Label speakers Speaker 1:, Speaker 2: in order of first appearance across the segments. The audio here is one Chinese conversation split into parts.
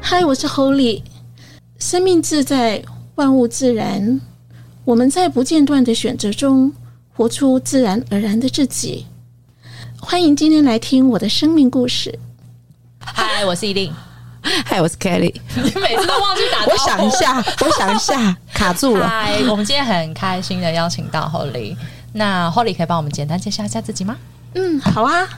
Speaker 1: 嗨，我是 Holy。生命自在，万物自然。我们在不间断的选择中，活出自然而然的自己。欢迎今天来听我的生命故事。
Speaker 2: 嗨，我是一定。
Speaker 3: 嗨，我是 Kelly。
Speaker 2: 你 每次都忘记打
Speaker 3: 我想一。下，我想一下，卡住了。
Speaker 2: 嗨，我们今天很开心的邀请到 Holly。那 Holly 可以帮我们简单介绍一下自己吗？
Speaker 1: 嗯，好啊。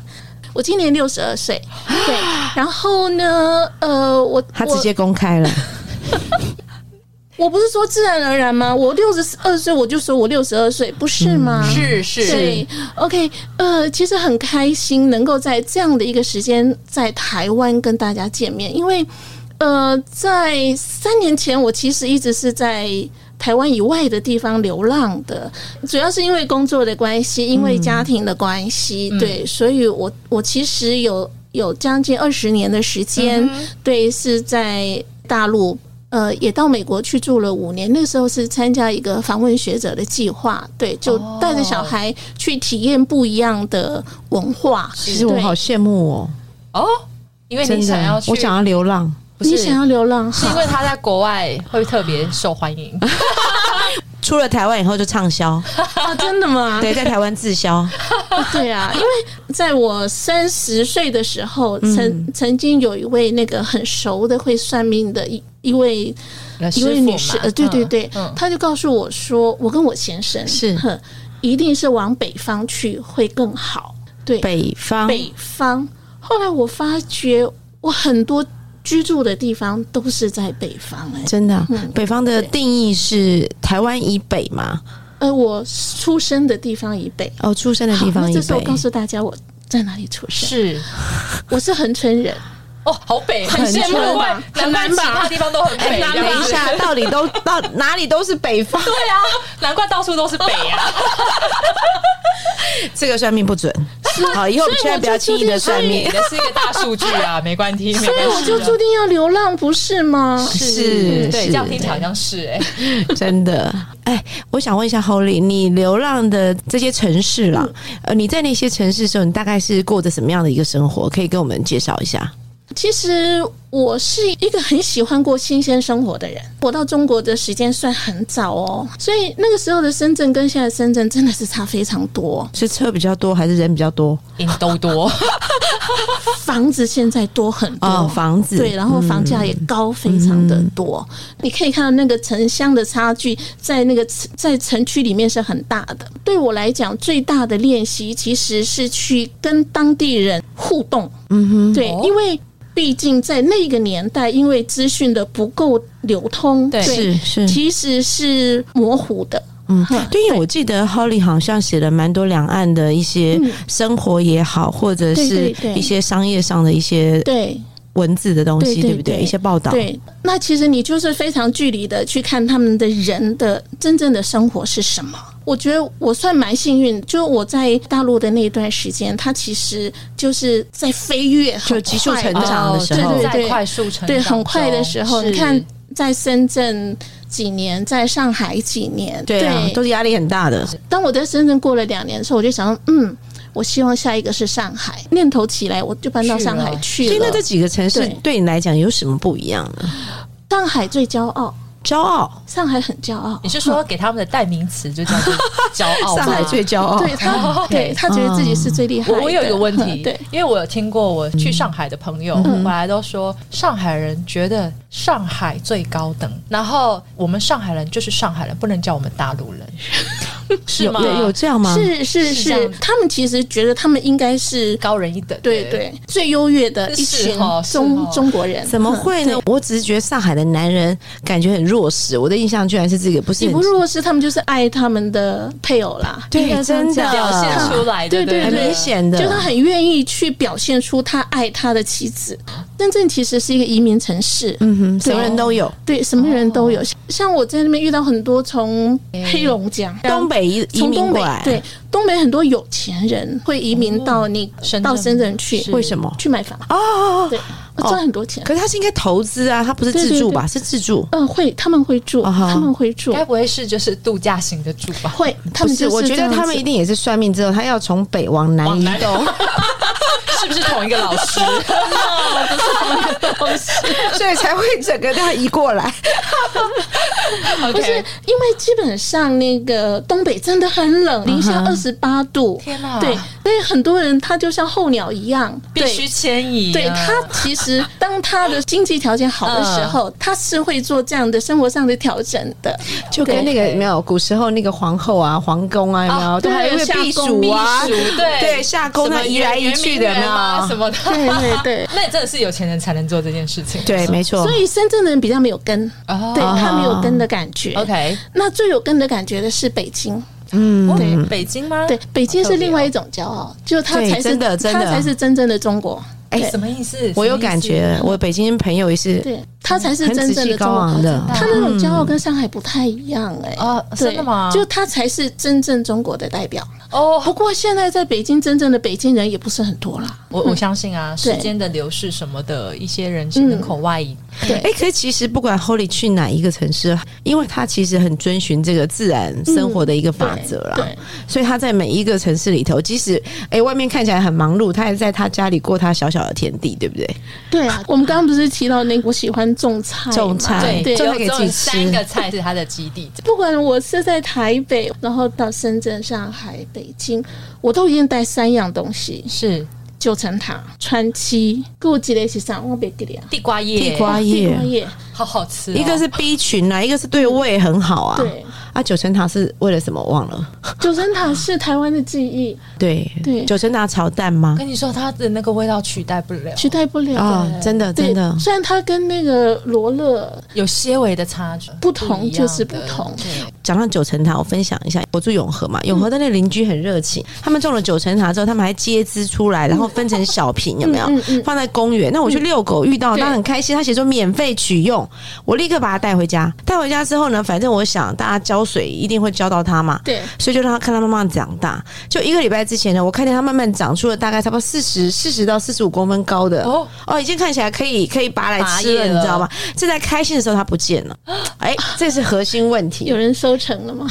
Speaker 1: 我今年六十二岁，对。然后呢，呃，我
Speaker 3: 他直接公开了，
Speaker 1: 我我不是说自然而然吗？我六十二岁我就说我六十二岁，不是吗？
Speaker 2: 是是
Speaker 1: 对，OK，呃，其实很开心能够在这样的一个时间在台湾跟大家见面，因为呃，在三年前我其实一直是在。台湾以外的地方流浪的，主要是因为工作的关系，因为家庭的关系，对，所以我我其实有有将近二十年的时间，对，是在大陆呃，也到美国去住了五年。那时候是参加一个访问学者的计划，对，就带着小孩去体验不一样的文化。
Speaker 3: 其实我好羡慕哦，
Speaker 4: 哦，因为
Speaker 3: 真
Speaker 4: 你想要
Speaker 3: 的，
Speaker 4: 去，
Speaker 3: 我想要流浪。
Speaker 4: 不
Speaker 1: 你
Speaker 4: 是
Speaker 1: 想要流 浪
Speaker 4: 是因
Speaker 1: 哈？
Speaker 4: 为他在国外会特别受欢迎，
Speaker 2: 啊
Speaker 3: 出了台湾以后就畅 销，
Speaker 1: 啊，真的吗？
Speaker 3: 对，在台湾滞销。
Speaker 1: 对啊，因为在我三十岁的时候，
Speaker 3: 嗯
Speaker 1: 曾曾经有一位那个很熟的会算命的一一位一位女士，呃，对对对，
Speaker 4: 嗯
Speaker 1: 她就告诉我说，我跟我先生
Speaker 3: 嗯是
Speaker 1: 哼一定是往北方去会更好。对，
Speaker 3: 北方，
Speaker 1: 北方。后来我发觉，我很多居住的地方都是在北方、哎，
Speaker 3: 真的啊，
Speaker 1: 嗯
Speaker 3: 北方的
Speaker 1: 对
Speaker 3: 定义是台湾以北嘛？
Speaker 1: 呃，我出生的地方以北。
Speaker 3: 哦，出生的
Speaker 1: 好
Speaker 3: 地，方
Speaker 1: 那
Speaker 3: 以
Speaker 1: 这时候
Speaker 3: 北
Speaker 1: 我。告诉大家我在哪里出生。
Speaker 4: 是
Speaker 1: 我是恒 春人，
Speaker 3: 啊
Speaker 4: 哦，好北，很羡慕，
Speaker 1: 很
Speaker 4: 难怪
Speaker 1: 很
Speaker 4: 难怪
Speaker 1: 难
Speaker 4: 其
Speaker 1: 吧
Speaker 4: 他地方都很北，这
Speaker 3: 哎等
Speaker 4: 样
Speaker 3: 一
Speaker 4: 子
Speaker 3: 下，到底都到哪里都是北方，
Speaker 4: 对啊，难怪到处都是北啊，
Speaker 3: 这个算命不准。好，啊以后
Speaker 1: 所以
Speaker 3: 千万不要轻易的算
Speaker 4: 你
Speaker 3: 命。
Speaker 4: 的是一个大数据啊， 没关系，没
Speaker 1: 所以
Speaker 4: 关
Speaker 1: 我
Speaker 4: 系
Speaker 1: 就注定要流浪，不是吗？
Speaker 3: 是，
Speaker 4: 对，
Speaker 3: 是
Speaker 4: 这样听起来好像是哎，
Speaker 3: 真的。哎，我想问一下 Holy，你流浪的这些城市啦，呃，你在那些城市的时候，你大概是过着什么样的一个生活？可以跟我们介绍一下？
Speaker 1: 其实我是一个很喜欢过新鲜生活的人。我到中国的时间算很早哦，所以那个时候的深圳跟现在的深圳真的是差非常多。
Speaker 3: 是车比较多还是人比较多？
Speaker 4: 赢都多，
Speaker 1: 房子现在多很多，
Speaker 3: 哦，房子嗯
Speaker 1: 对，然后房价也高非常的多。你可以看到那个城乡的差距，在那个城在城区里面是很大的。对我来讲，最大的练习其实是去跟当地人互动。嗯哼，对，
Speaker 3: 哦
Speaker 1: 因为。毕竟在那个年代，因为资讯的不够流通，
Speaker 4: 对
Speaker 3: 是是
Speaker 1: 其实是模糊的。
Speaker 3: 嗯，对，因为我记得 Holly 好像写了蛮多两岸的一些生活也好，或者是
Speaker 1: 对对对
Speaker 3: 一些商业上的一些
Speaker 1: 对，
Speaker 3: 文字的东西，
Speaker 1: 对对
Speaker 3: 不对？
Speaker 1: 对
Speaker 3: 一些报道，
Speaker 1: 对，那其实你就是非常距离的去看他们的人的真正的生活是什么。我觉得我算蛮幸运，就我在大陆的那一段时间，它其实就是在飞跃，
Speaker 3: 就急速
Speaker 4: 哦
Speaker 3: 成
Speaker 1: 很快
Speaker 3: 长的时
Speaker 1: 对
Speaker 3: 候
Speaker 1: 对，
Speaker 4: 在快速成长中，
Speaker 1: 对，很快的时候，
Speaker 4: 是
Speaker 1: 你看在深圳几年，在上海几年，
Speaker 3: 对啊，都是压力很大的。
Speaker 1: 当我在深圳过了两年的时候，我就想说，嗯，我希望下一个是上海。念头起来，我就搬到
Speaker 4: 啊
Speaker 1: 上海去
Speaker 3: 所以
Speaker 1: 了。
Speaker 3: 那这几个城市
Speaker 1: 对
Speaker 3: 对你来讲有什么不一样呢？
Speaker 1: 上海最骄傲，
Speaker 3: 骄傲，
Speaker 1: 上海很骄傲
Speaker 4: 你。是说给他们的代名词就叫 做骄傲吗？
Speaker 3: 上海最骄傲，
Speaker 1: 哦对
Speaker 3: 哦
Speaker 1: 他，对他觉得自己是最厉害
Speaker 4: 哦
Speaker 1: 的。
Speaker 4: 嗯我我有一个问题，
Speaker 1: 对，嗯
Speaker 4: 因为我有听过我去上海的朋友嗯回来都说，上海人觉得上 海最高等，然后我们上海人就是上海人，不能叫我们大陆人。是吗？
Speaker 3: 有有这样吗？
Speaker 1: 是是
Speaker 4: 是这样
Speaker 1: 是，他们其实觉得他们应该是
Speaker 4: 高人一等，
Speaker 1: 对对最优越的一
Speaker 4: 是
Speaker 1: 群
Speaker 4: 哦是
Speaker 1: 中
Speaker 4: 哦
Speaker 1: 中国人，
Speaker 3: 怎么
Speaker 1: 嗯
Speaker 3: 会呢？我只是觉得上海的男人感觉很弱势，我的印象居然是这个，不是
Speaker 1: 你
Speaker 3: 很
Speaker 1: 不弱势，他们就是爱他们的配偶啦，
Speaker 3: 对
Speaker 1: 应该这样
Speaker 3: 真的
Speaker 1: 讲
Speaker 3: 表
Speaker 4: 表现出来的，
Speaker 1: 对对
Speaker 4: 对
Speaker 3: 很
Speaker 4: 对
Speaker 3: 明显的，
Speaker 1: 就他很愿意去表现出他爱他的妻子。深圳其实是一个移民城市，
Speaker 3: 嗯哼，什么人都有。
Speaker 1: 对啊什么人都
Speaker 4: 哦
Speaker 1: 有。像我在那边遇到很多从
Speaker 4: 嗯
Speaker 1: 黑龙江、
Speaker 3: 东北移移
Speaker 1: 啊从
Speaker 3: 民
Speaker 1: 东北
Speaker 3: 过来，，
Speaker 1: 对东北很多有钱人会移民到你
Speaker 4: 哦深圳
Speaker 1: 到深圳去
Speaker 4: 是
Speaker 3: 为什么？
Speaker 1: 去买房，
Speaker 3: 哦，
Speaker 1: 对，赚很多钱。
Speaker 3: 可是他是应该投资啊，他不是自住吧？是自住。
Speaker 1: 嗯，会他们会住，
Speaker 3: 啊哈
Speaker 1: 他们会住
Speaker 4: 该，不会是就是度假型的住吧？
Speaker 1: 会他们
Speaker 3: 不是，
Speaker 1: 就
Speaker 3: 我觉
Speaker 1: 这
Speaker 3: 得
Speaker 1: 样
Speaker 3: 他们
Speaker 1: 子
Speaker 3: 一定也是算命之后，他要从北往南移动，
Speaker 4: 是不是同一个老 师？
Speaker 3: 所以才会整个他移过来。
Speaker 1: 不是
Speaker 4: OK
Speaker 1: 因为基本上那个东北真的很冷，零
Speaker 3: 啊
Speaker 1: 下二十八度，
Speaker 4: 天哪
Speaker 1: 对，所以很多人他就像候鸟一样，
Speaker 4: 必须迁移啊，嗯
Speaker 1: 对。对他其实当他的经济条件好的时候，他是会做这样的生活上的调整的，
Speaker 3: 就跟那个有没有古时候那个皇后啊、皇宫啊，有没有、
Speaker 4: 啊
Speaker 3: 都还会
Speaker 1: 哦对
Speaker 3: 避
Speaker 1: 夏
Speaker 3: 暑
Speaker 1: 宫
Speaker 3: 啊？
Speaker 4: 避暑对
Speaker 3: 对，下宫
Speaker 4: 什
Speaker 3: 那
Speaker 4: 么
Speaker 3: 移来移去的，有
Speaker 4: 圆明
Speaker 3: 没
Speaker 4: 园啊什
Speaker 3: 有？
Speaker 4: 么的，
Speaker 1: 对 对对。
Speaker 4: 那真的是有钱人才能做这件事情。
Speaker 3: 对，没错。
Speaker 1: 所以深圳的人比较没有根，
Speaker 4: 哦
Speaker 1: 对他没有根的感觉。
Speaker 4: ，OK，
Speaker 1: 那最有根的感觉的是北京，
Speaker 3: 嗯，
Speaker 4: 对，北京吗？
Speaker 1: 对，北京
Speaker 4: 好特
Speaker 1: 是
Speaker 4: 别哦
Speaker 1: 另外一种骄傲，就它
Speaker 3: 对
Speaker 1: 才是
Speaker 3: 真的真的
Speaker 1: 它才是真正的中国。
Speaker 3: 哎
Speaker 1: 对
Speaker 4: 什么意思？
Speaker 3: 我
Speaker 4: 什么意
Speaker 3: 有
Speaker 4: 思
Speaker 3: 感，觉，我北京朋友也是
Speaker 1: 对，它才是
Speaker 3: 很
Speaker 1: 真
Speaker 3: 仔
Speaker 1: 正
Speaker 3: 细
Speaker 1: 的中
Speaker 3: 高
Speaker 1: 国。
Speaker 3: 昂的。嗯
Speaker 1: 他那种骄傲跟上海不太一样哎、
Speaker 4: 哦
Speaker 1: 对
Speaker 4: 真的吗
Speaker 1: 就他才是真正中国的代表。
Speaker 4: 哦，
Speaker 1: 不过现在在北京，真正的北京人也不是很多啦。
Speaker 4: 我我相信啊，
Speaker 1: 对
Speaker 4: 时间的流逝什么的，一些人性的口外移，
Speaker 1: 对，
Speaker 3: 哎、可是其实不管 Holy 去哪一个城市，啊因为他其实很遵循这个自然生活的一个法则啦，
Speaker 1: 对，
Speaker 3: 所以他在每一个城市里头，即使哎、外面看起来很忙碌，他也在他家里过他小小的天地，对不对？
Speaker 1: 对啊，我们刚刚不是提到那个我喜欢种菜嘛，
Speaker 3: 种菜
Speaker 4: 对，
Speaker 1: 对
Speaker 4: 只有只
Speaker 3: 种菜给自
Speaker 4: 有
Speaker 3: 己
Speaker 4: 三
Speaker 3: 吃
Speaker 4: 个菜是他的基 地，
Speaker 1: 不管我是在台北，然后到深圳、上海、北京，我都一定带三样东西：
Speaker 4: 是
Speaker 1: 九层塔、川七，跟我积累起上，我别给你啊。
Speaker 4: 地瓜叶，
Speaker 3: 地瓜叶
Speaker 1: 地瓜，叶，
Speaker 4: 好好吃哦，
Speaker 3: 一个是 B 群啊，一个是对胃很好啊。
Speaker 1: 对，
Speaker 3: 啊，九层塔是为了什么忘了？
Speaker 1: 九层塔是台湾的记忆，
Speaker 3: 对
Speaker 1: 对
Speaker 3: 九层塔炒蛋吗？
Speaker 4: 跟你说它的那个味道取代不了，
Speaker 1: 取代不了
Speaker 3: 啊、
Speaker 1: 的
Speaker 3: 真的
Speaker 1: 对
Speaker 3: 真的，
Speaker 1: 虽然它跟那个罗勒
Speaker 4: 有些微的差距，
Speaker 1: 不同
Speaker 4: 一样
Speaker 1: 就是不
Speaker 4: 的
Speaker 1: 同
Speaker 4: 对
Speaker 3: 讲到九层塔，我分享一下，我住永和嘛，永和的那邻居很热情，他们种了九层塔之后，他们还接枝出来，然后分成小瓶，有没有？
Speaker 1: 嗯嗯嗯
Speaker 3: 放在公园。那我去遛狗遇到，
Speaker 1: 对
Speaker 3: 他很开心，他写说免费取用，我立刻把它带回家。带回家之后呢，反正我想大家浇水一定会浇到它嘛，
Speaker 1: 对
Speaker 3: 所以就让它看它慢慢长大。就一个礼拜之前呢，我看见它慢慢长出了大概差不多四十四十到四十五公分高的
Speaker 1: 呃
Speaker 3: 哦
Speaker 4: 哦
Speaker 3: 已经看起来可以可以拔来
Speaker 4: 拔
Speaker 3: 吃了，
Speaker 4: 叶
Speaker 3: 你知道
Speaker 4: 了
Speaker 3: 吗？正在开心的时候它不见了，哎，这是核心问题。
Speaker 1: 有人收成了吗？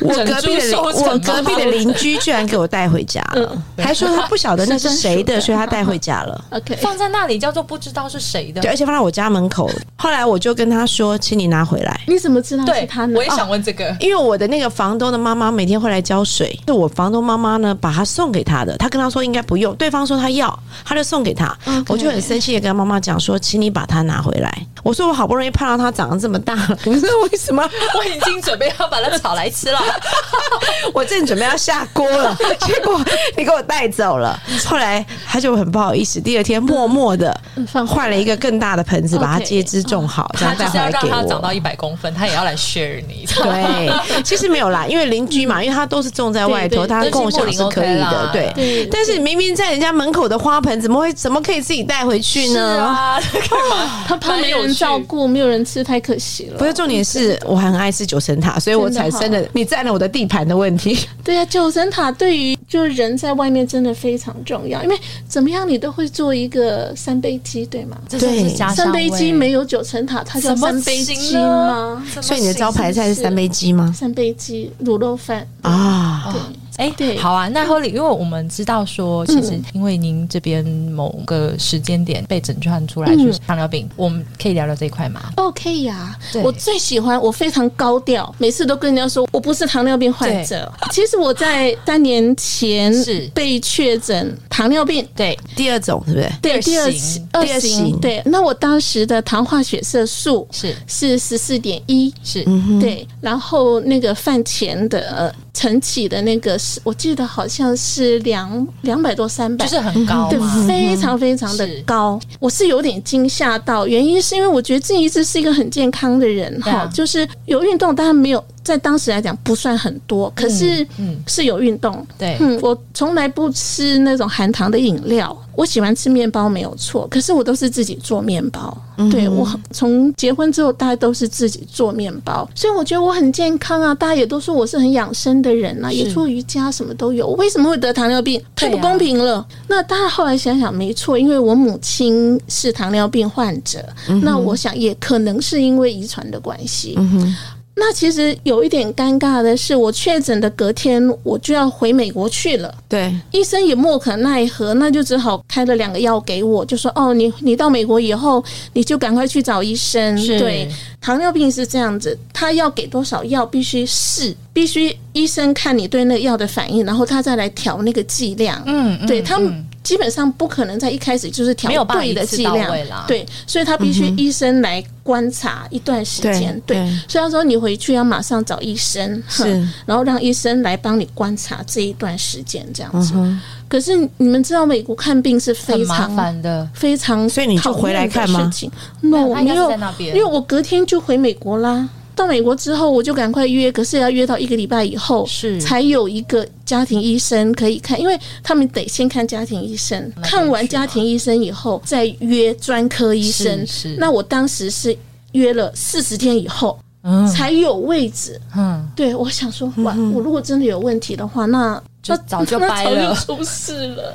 Speaker 3: 我隔壁的
Speaker 4: 整株
Speaker 3: 邻，
Speaker 4: 收成嗯
Speaker 3: 我隔壁的邻居居然给我带回家了，还说他不晓得那是谁的，
Speaker 1: 是专属的
Speaker 3: 所以他带回家了。
Speaker 1: OK，
Speaker 4: 放在那里叫做不知道是谁的
Speaker 3: 对，，而且放在我家门口。后来我就跟他说，请你拿回来。
Speaker 1: 你怎么知道是
Speaker 4: 对
Speaker 1: 他，呢哦
Speaker 4: 我？也想问这个，
Speaker 3: 因为我的那个房东的妈妈每天会来浇水，是我房东妈妈呢把它送给他的，他跟他说应该不用，对方说他要，他就送给他。
Speaker 1: OK
Speaker 3: 我就很生气的跟他妈妈讲说，请你把它拿回来。我说我好不容易盼到它长得这么大了， 你知道为什么？
Speaker 4: 我已经准备要把它炒来吃了，
Speaker 3: 我正准备要下锅了，结果你给我带走了。后来他就很不好意思，第二天默默的
Speaker 1: 嗯放回来
Speaker 3: 换了一个更大的盆子，
Speaker 1: OK
Speaker 3: 把它接枝种好，这
Speaker 4: 它
Speaker 3: 样
Speaker 4: 嗯就
Speaker 3: 带
Speaker 4: 是
Speaker 3: 回
Speaker 4: 要
Speaker 3: 来
Speaker 4: 让
Speaker 3: 给
Speaker 4: 它长到
Speaker 3: 我。
Speaker 4: 一百公分，它也要来 share 你。
Speaker 1: 啊
Speaker 3: 对，其实没有啦，因为邻居嘛，因为他都是种在外头，
Speaker 1: 对对
Speaker 3: 他共享是可以的，
Speaker 4: 对
Speaker 3: 对。
Speaker 1: 对
Speaker 3: 但是明明在人家门口的花盆，怎么会怎么可以自己带回去
Speaker 4: 是
Speaker 3: 呢？
Speaker 4: 啊， 这个嘛
Speaker 1: 他怕
Speaker 4: 蛮
Speaker 1: 没
Speaker 4: 有
Speaker 1: 人
Speaker 4: 趣
Speaker 1: 照顾，没有人吃，太可惜了。
Speaker 3: 不是重点是我很爱吃九层塔，所以我
Speaker 1: 真的
Speaker 3: 产
Speaker 1: 哦
Speaker 3: 生了你占了我的地盘的问题。
Speaker 1: 对啊，九层塔对于就是人在外面真的非常重要，因为怎么样你都会做一个三杯鸡，对吗？
Speaker 4: 这真的
Speaker 3: 对
Speaker 4: 是家
Speaker 1: 三杯鸡
Speaker 4: 鸡
Speaker 1: 没有九层塔，它叫
Speaker 4: 什么
Speaker 1: 三杯鸡
Speaker 4: 行呢
Speaker 1: 吗？
Speaker 3: 所以你的招牌菜是三杯鸡吗？
Speaker 1: 三杯鸡卤肉饭
Speaker 3: 啊，
Speaker 1: 对，
Speaker 2: 哎，
Speaker 1: 对嗯
Speaker 2: 好啊。那 Holly，因为我们知道说，其实因为您这边某个时间点被诊断出
Speaker 1: 嗯
Speaker 2: 来就是糖尿病，我们可以聊聊这一块吗？
Speaker 1: OK 呀、
Speaker 2: 对
Speaker 1: 啊我最喜欢，我非常高调，每次都跟人家说我不是糖尿病患者。其实我在三年前
Speaker 2: 是
Speaker 1: 被确诊糖尿病。
Speaker 2: 对，
Speaker 3: 第二种是不是？
Speaker 1: 对，
Speaker 2: 第
Speaker 1: 第
Speaker 2: 二
Speaker 1: 二
Speaker 2: 型
Speaker 1: 二
Speaker 3: 第二
Speaker 1: 型
Speaker 3: 型，
Speaker 1: 对，那我当时的糖化血色素
Speaker 2: 是
Speaker 1: 是十四点一，
Speaker 2: 是，
Speaker 1: 对，然后那个饭前的呃晨起的那个是，我记得好像是两两百多三百，
Speaker 2: 就是很高
Speaker 1: 对
Speaker 2: 嘛，，嗯
Speaker 1: 非常非常的
Speaker 2: 是
Speaker 1: 高。我是有点惊吓到，原因是因为我觉得自己一直是一个很健康的人
Speaker 2: 对
Speaker 1: 哈、
Speaker 2: 啊
Speaker 1: 就是有运动，当然没有在当时来讲不算很多，可是
Speaker 2: 嗯，
Speaker 1: 是有运动。
Speaker 2: 对，
Speaker 1: 嗯，我从来不吃那种含糖的饮料，我喜欢吃面包没有错，可是我都是自己做面包。
Speaker 2: 嗯
Speaker 1: 对我从结婚之后，大家都是自己做面包，所以我觉得我很健康啊，大家也都说我是很养生的人啊，也做瑜伽什么都有，我为什么会得糖尿病？太不公平了。那当然后来想想没错，因为我母亲是糖尿病患者，那我想也可能是因为遗传的关系。那其实有一点尴尬的是，我确诊的隔天我就要回美国去了，
Speaker 3: 对，
Speaker 1: 医生也莫可奈何，那就只好开了两个药给我，就说哦，你你到美国以后，你就赶快去找医生。
Speaker 2: 是
Speaker 1: 对，糖尿病是这样子，他要给多少药必须试，必须医生看你对那个药的反应，然后他再来调那个剂量。
Speaker 2: 嗯，嗯
Speaker 1: 对他们
Speaker 2: 嗯
Speaker 1: 基本上不可能在一开始就是调
Speaker 2: 没有办法
Speaker 1: 对的
Speaker 2: 一次
Speaker 1: 剂
Speaker 2: 到
Speaker 1: 量
Speaker 2: 位
Speaker 4: 啊
Speaker 2: 啦，
Speaker 1: 对，所以他必须医生来观察一段时间。
Speaker 3: 嗯对对
Speaker 1: 所以他说你回去要马上找医生，哼
Speaker 3: 是，
Speaker 1: 然后让医生来帮你观察这一段时间这样
Speaker 3: 嗯
Speaker 1: 子。
Speaker 3: 哼，
Speaker 1: 可是你们知道美国看病是非
Speaker 4: 很麻
Speaker 1: 常
Speaker 4: 烦的。
Speaker 1: 非常
Speaker 3: 所以你就
Speaker 1: 讨厌
Speaker 3: 回来
Speaker 1: 的
Speaker 3: 看吗
Speaker 1: 事情？No，
Speaker 4: 他应该是
Speaker 1: 因
Speaker 4: 在
Speaker 1: 为
Speaker 4: 那边
Speaker 1: 因为，我隔天就回美国啦。到美国之后，我就赶快约，可是要约到一个礼拜以后，
Speaker 4: 嗯
Speaker 2: 是
Speaker 1: 才有一个家庭医生可以看，因为他们得先看家庭医生，
Speaker 4: 那就
Speaker 1: 看完
Speaker 4: 去嘛
Speaker 1: 家庭医生以后再约专科医生。
Speaker 4: 是是
Speaker 1: 那我当时是约了四十天以后
Speaker 2: 嗯
Speaker 1: 才有位置，
Speaker 2: 嗯，
Speaker 1: 对，我想说，哇，
Speaker 4: 嗯
Speaker 1: 我如果真的有问题的话，那
Speaker 4: 就
Speaker 1: 那
Speaker 4: 早就
Speaker 1: 那
Speaker 4: 掰
Speaker 1: 早
Speaker 4: 了
Speaker 1: 就出事了。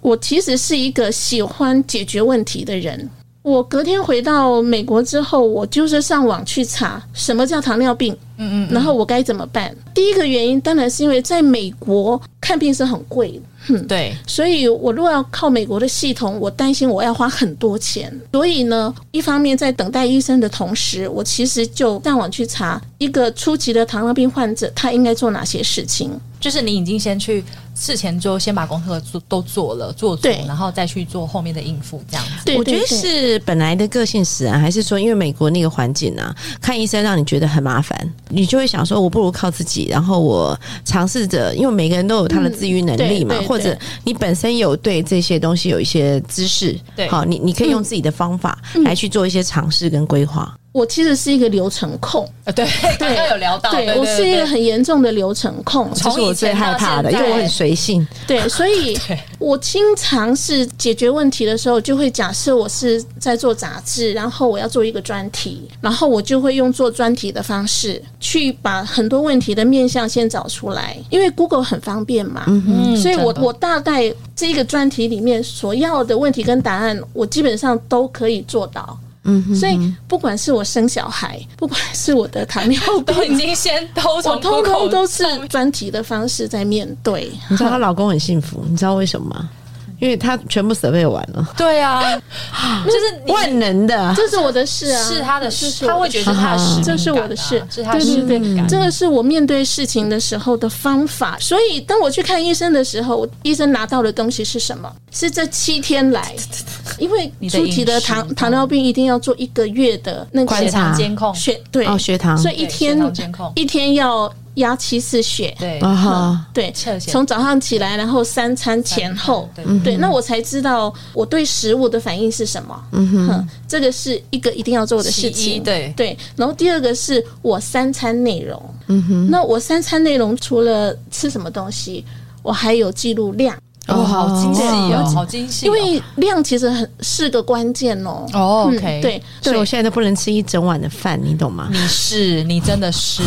Speaker 1: 我其实是一个喜欢解决问题的人。我隔天回到美国之后，我就是上网去查什么叫糖尿病，嗯嗯嗯然后我该怎么办？第一个原因当然是因为在美国看病是很贵的，
Speaker 4: 对，
Speaker 1: 所以我如果要靠美国的系统，我担心我要花很多钱。所以呢，一方面在等待医生的同时，我其实就上网去查一个初级的糖尿病患者他应该做哪些事情。
Speaker 4: 就是你已经先去事前就先把功课做都做了，做足
Speaker 1: 对，
Speaker 4: 然后再去做后面的应付，这样子。
Speaker 1: 对
Speaker 3: 我觉得
Speaker 1: 对对
Speaker 3: 是本来的个性使然，还是说因为美国那个环境啊，看医生让你觉得很麻烦，你就会想说，我不如靠自己，然后我尝试着，因为每个人都有他的自愈能力嘛，
Speaker 1: 嗯对对
Speaker 3: 或者
Speaker 1: 对
Speaker 3: 你本身有对这些东西有一些知识，
Speaker 4: 对
Speaker 3: 好，你你可以用自己的方法
Speaker 1: 嗯
Speaker 3: 来去做一些尝试跟规划。
Speaker 1: 我其实是一个流程控，
Speaker 4: 呃， 对，刚刚有聊到，对，对
Speaker 1: 我是一个
Speaker 4: 对
Speaker 1: 很严重的流程控，
Speaker 3: 这是我最害怕的，因为我很随性。
Speaker 1: 对，所以我经常是解决问题的时候，就会假设我是在做杂志，然后我要做一个专题，然后我就会用做专题的方式去把很多问题的面向先找出来，因为 Google 很方便嘛，
Speaker 4: 嗯
Speaker 1: 所以我
Speaker 4: 真的
Speaker 1: 我大概这个专题里面所要的问题跟答案，我基本上都可以做到。嗯，所以不管是我生小孩，不管是我的糖尿
Speaker 4: 都已
Speaker 1: 病，
Speaker 4: 经先都
Speaker 1: 我
Speaker 4: 从
Speaker 1: 通通
Speaker 4: Google
Speaker 1: 都是专题的方式在面对。
Speaker 4: 啊
Speaker 3: 你知道她老公很幸福，你知道为什么 吗？因为他全部设备完了，
Speaker 4: 对啊， 就是你
Speaker 3: 万能的。
Speaker 1: 这是我的事啊，
Speaker 4: 是他的
Speaker 1: 这
Speaker 4: 事，
Speaker 1: 是我的
Speaker 4: 他会觉得是他的
Speaker 3: 啊
Speaker 4: 事，
Speaker 1: 这是我的事
Speaker 4: 是他的使
Speaker 1: 对对
Speaker 4: 命
Speaker 1: 对，
Speaker 4: 感。
Speaker 1: 这个是我面对事情的时候的方法。所以，当我去看医生的时候，我医生拿到的东西是什么？是这七天来， 因为
Speaker 4: 你的
Speaker 1: 初期的
Speaker 4: 饮食
Speaker 1: 糖糖尿病一定要做一个月的那
Speaker 3: 观
Speaker 1: 个
Speaker 4: 血
Speaker 3: 察
Speaker 4: 糖监控，
Speaker 1: 血对，
Speaker 3: 哦，血糖
Speaker 1: 所以
Speaker 4: 对
Speaker 1: 一天
Speaker 4: 血糖监控
Speaker 1: 一天要压七次血，
Speaker 4: 对，
Speaker 3: 啊哈，
Speaker 1: 对，
Speaker 4: 测血
Speaker 1: 从早上起来，然后三餐前后，
Speaker 4: 对对
Speaker 1: 对，那我才知道我对食物的反应是什么。嗯哼，这个是一个一定要做的事
Speaker 4: 其一
Speaker 1: 情。
Speaker 4: 对
Speaker 1: 对，然后第二个是我三餐内容。嗯哼，那我三餐内容除了吃什么东西，我还有记录量。
Speaker 4: 哇，好精细哦，
Speaker 3: 哦
Speaker 4: 好精细哦，
Speaker 1: 因为量其实很是个关键哦。
Speaker 4: 哦
Speaker 1: 嗯
Speaker 4: ，OK，，
Speaker 1: 对
Speaker 3: 所以我
Speaker 1: 对，
Speaker 3: 现在都不能吃一整碗的饭，你懂吗？
Speaker 4: 你是你真的是，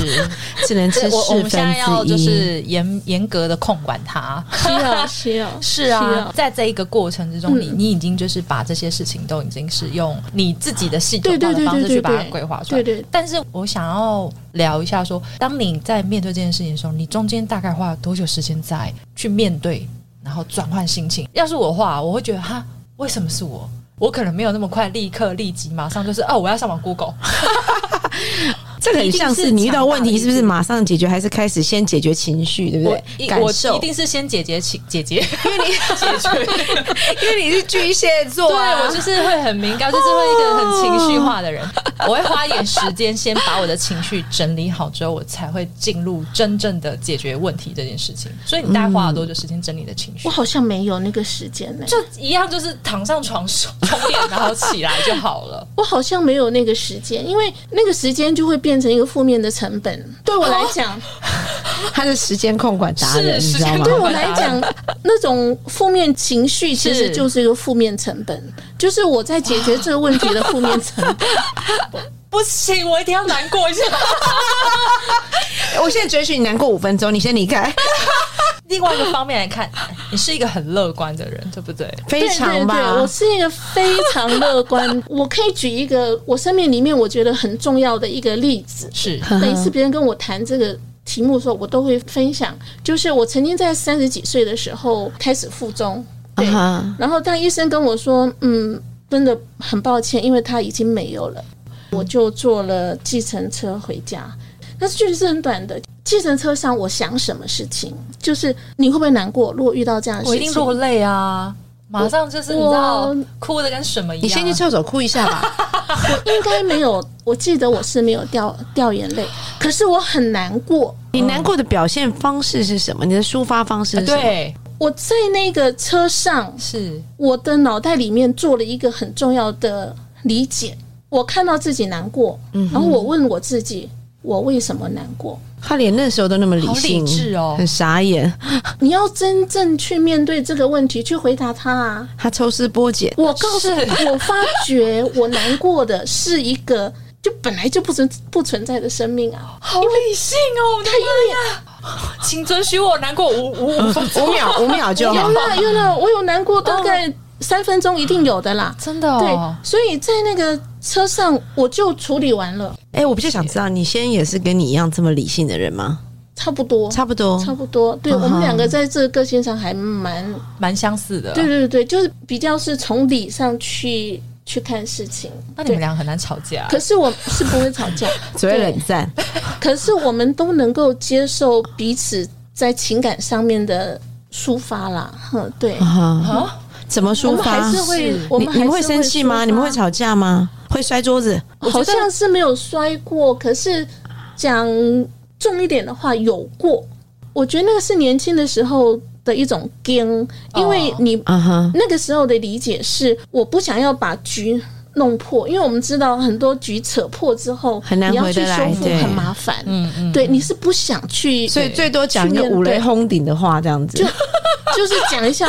Speaker 3: 只能吃
Speaker 4: 我我
Speaker 3: 四
Speaker 4: 们现在要
Speaker 3: 分之
Speaker 4: 就
Speaker 3: 一。
Speaker 4: 是严严格的控管它。
Speaker 1: 需 要需要
Speaker 4: 是啊
Speaker 1: 啊，
Speaker 4: 在这一个过程之中，
Speaker 1: 嗯
Speaker 4: 你你已经就是把这些事情都已经是用你自己的系统
Speaker 1: 对
Speaker 4: 化的
Speaker 1: 对对
Speaker 4: 方式
Speaker 1: 对
Speaker 4: 去
Speaker 1: 对
Speaker 4: 把它
Speaker 1: 对
Speaker 4: 规划出来
Speaker 1: 对。对，
Speaker 4: 但是我想要聊一下说，当你在面对这件事情的时候，你中间大概花了多久时间在去面对，然后转换心情？要是我的话，我会觉得哈，为什么是我？ 我可能没有那么快，立刻立即马上就是哦，我要上网 Google。
Speaker 3: 这个很像是你遇到问题是不是马上解决，还是开始先解决情绪，对不
Speaker 4: 我
Speaker 3: 对？
Speaker 4: 一
Speaker 3: 感
Speaker 4: 我
Speaker 3: 受
Speaker 4: 一，定是先解决情解决，因为 你解决，
Speaker 3: 因为你是巨蟹座
Speaker 4: 对
Speaker 3: 啊
Speaker 4: 我就是会很敏感，就是会一个很情绪化的人。我会花一点时间先把我的情绪整理好之后，我才会进入真正的解决问题这件事情。所以你大概花了多久时间整理你的情绪？
Speaker 1: 我好像没有那个时间呢、
Speaker 4: 就一样，就是躺上床冲充电，然后起来就好了。
Speaker 1: 我好像没有那个时间，因为那个时间就会变成一个负面的成本。对我来讲，
Speaker 3: 他是时间控管达人，
Speaker 4: 是
Speaker 3: 你知道
Speaker 4: 时间？
Speaker 3: 吗
Speaker 1: 对 我来讲，那种负面情绪其实
Speaker 4: 是
Speaker 1: 就是一个负面成本，就是我在解决这个问题的负面成本。
Speaker 4: 不行，我一定要难过一下。
Speaker 3: 我现在准许你难过五分钟，你先离开，
Speaker 4: 另外一个方面来看，你是一个很乐观的人，对不对？
Speaker 3: 非常吧？
Speaker 1: 对对对，我是一个非常乐观。 我可以举一个我生命里面我觉得很重要的一个例子。
Speaker 4: 是
Speaker 1: 每一次别人跟我谈这个题目的时候，我都会分享，就是我曾经在三十几岁的时候开始腹中，对
Speaker 3: 啊哈
Speaker 1: 然后当医生跟我说，嗯，真的很抱歉，因为他已经没有了，我就坐了计程车回家。但是距离是很短的，计程车上我想什么事情，就是你会不会难过？如果遇到这样的事
Speaker 4: 我
Speaker 1: 情，
Speaker 4: 一定落泪啊！马上就是你知道
Speaker 1: 我
Speaker 4: 哭的跟什么一样。啊
Speaker 3: 你先去厕所哭一 下吧。
Speaker 1: 应该没有，我记得我是没有掉掉眼泪，可是我很难过。
Speaker 3: 你难过的表现方式是什么？你的抒发方式是什么？
Speaker 4: 对，
Speaker 1: 我在那个车上，
Speaker 4: 是
Speaker 1: 我的脑袋里面做了一个很重要的理解。我看到自己难过，
Speaker 4: 嗯
Speaker 1: 然后我问我自己，我为什么难过？
Speaker 3: 他连那时候都那么理性，
Speaker 4: 好理智哦
Speaker 3: 很傻眼。
Speaker 1: 你要真正去面对这个问题，去回答他啊！
Speaker 3: 他抽丝剥茧，
Speaker 1: 我告诉
Speaker 4: 是
Speaker 1: 你，我发觉我难过的是一个就本来就不存不存在的生命啊！
Speaker 4: 好理性哦，我的妈呀！请准许我难过五五五分钟，
Speaker 3: 五秒五秒就
Speaker 4: 哦
Speaker 1: 有
Speaker 3: 好。
Speaker 1: 了有了，我有难过，大概三分钟一定有的啦。
Speaker 4: 真的
Speaker 1: 对
Speaker 4: 哦，，
Speaker 1: 所以在那个车上我就处理完了，
Speaker 3: 哎、我比较想知道，你先也是跟你一样这么理性的人吗？
Speaker 1: 差不多，
Speaker 3: 差不多，
Speaker 1: 差不多。对、
Speaker 3: 嗯哼
Speaker 1: 我们两个在这个个性上还蛮，呃
Speaker 4: 蛮相似的。
Speaker 1: 对对对，就是比较是从理上去去看事情。
Speaker 4: 那你们
Speaker 1: 对
Speaker 4: 俩很难吵架。
Speaker 1: 可是我是不会 吵架，
Speaker 3: 只会冷战。
Speaker 1: 可是我们都能够接受彼此在情感上面的抒发啦。哼，对，
Speaker 3: 啊，怎么
Speaker 1: 我
Speaker 3: 抒
Speaker 1: 们
Speaker 3: 发？
Speaker 1: 还是会，我
Speaker 3: 你
Speaker 1: 们还
Speaker 3: 你
Speaker 1: 是
Speaker 3: 们会生气
Speaker 1: 抒
Speaker 3: 吗？
Speaker 1: 发
Speaker 3: 你们会吵架吗？会摔桌子？
Speaker 4: 我觉
Speaker 1: 好
Speaker 4: 得
Speaker 1: 像是没有摔过，可是讲重一点的话，有过。我觉得那个是年轻的时候的一种惊，因为你、
Speaker 3: 啊哈，
Speaker 1: 那个时候的理解是，我不想要把局弄破，因为我们知道很多局扯破之后，
Speaker 3: 很难
Speaker 1: 你要
Speaker 3: 回
Speaker 1: 去
Speaker 3: 得
Speaker 1: 修
Speaker 3: 来
Speaker 1: 复
Speaker 3: 对
Speaker 1: 很麻烦。
Speaker 4: 嗯嗯，
Speaker 1: 对，你是不想去，
Speaker 3: 所以最多讲一个
Speaker 1: 去面对
Speaker 3: 五雷轰顶的话，这样子。
Speaker 1: 就是讲一下，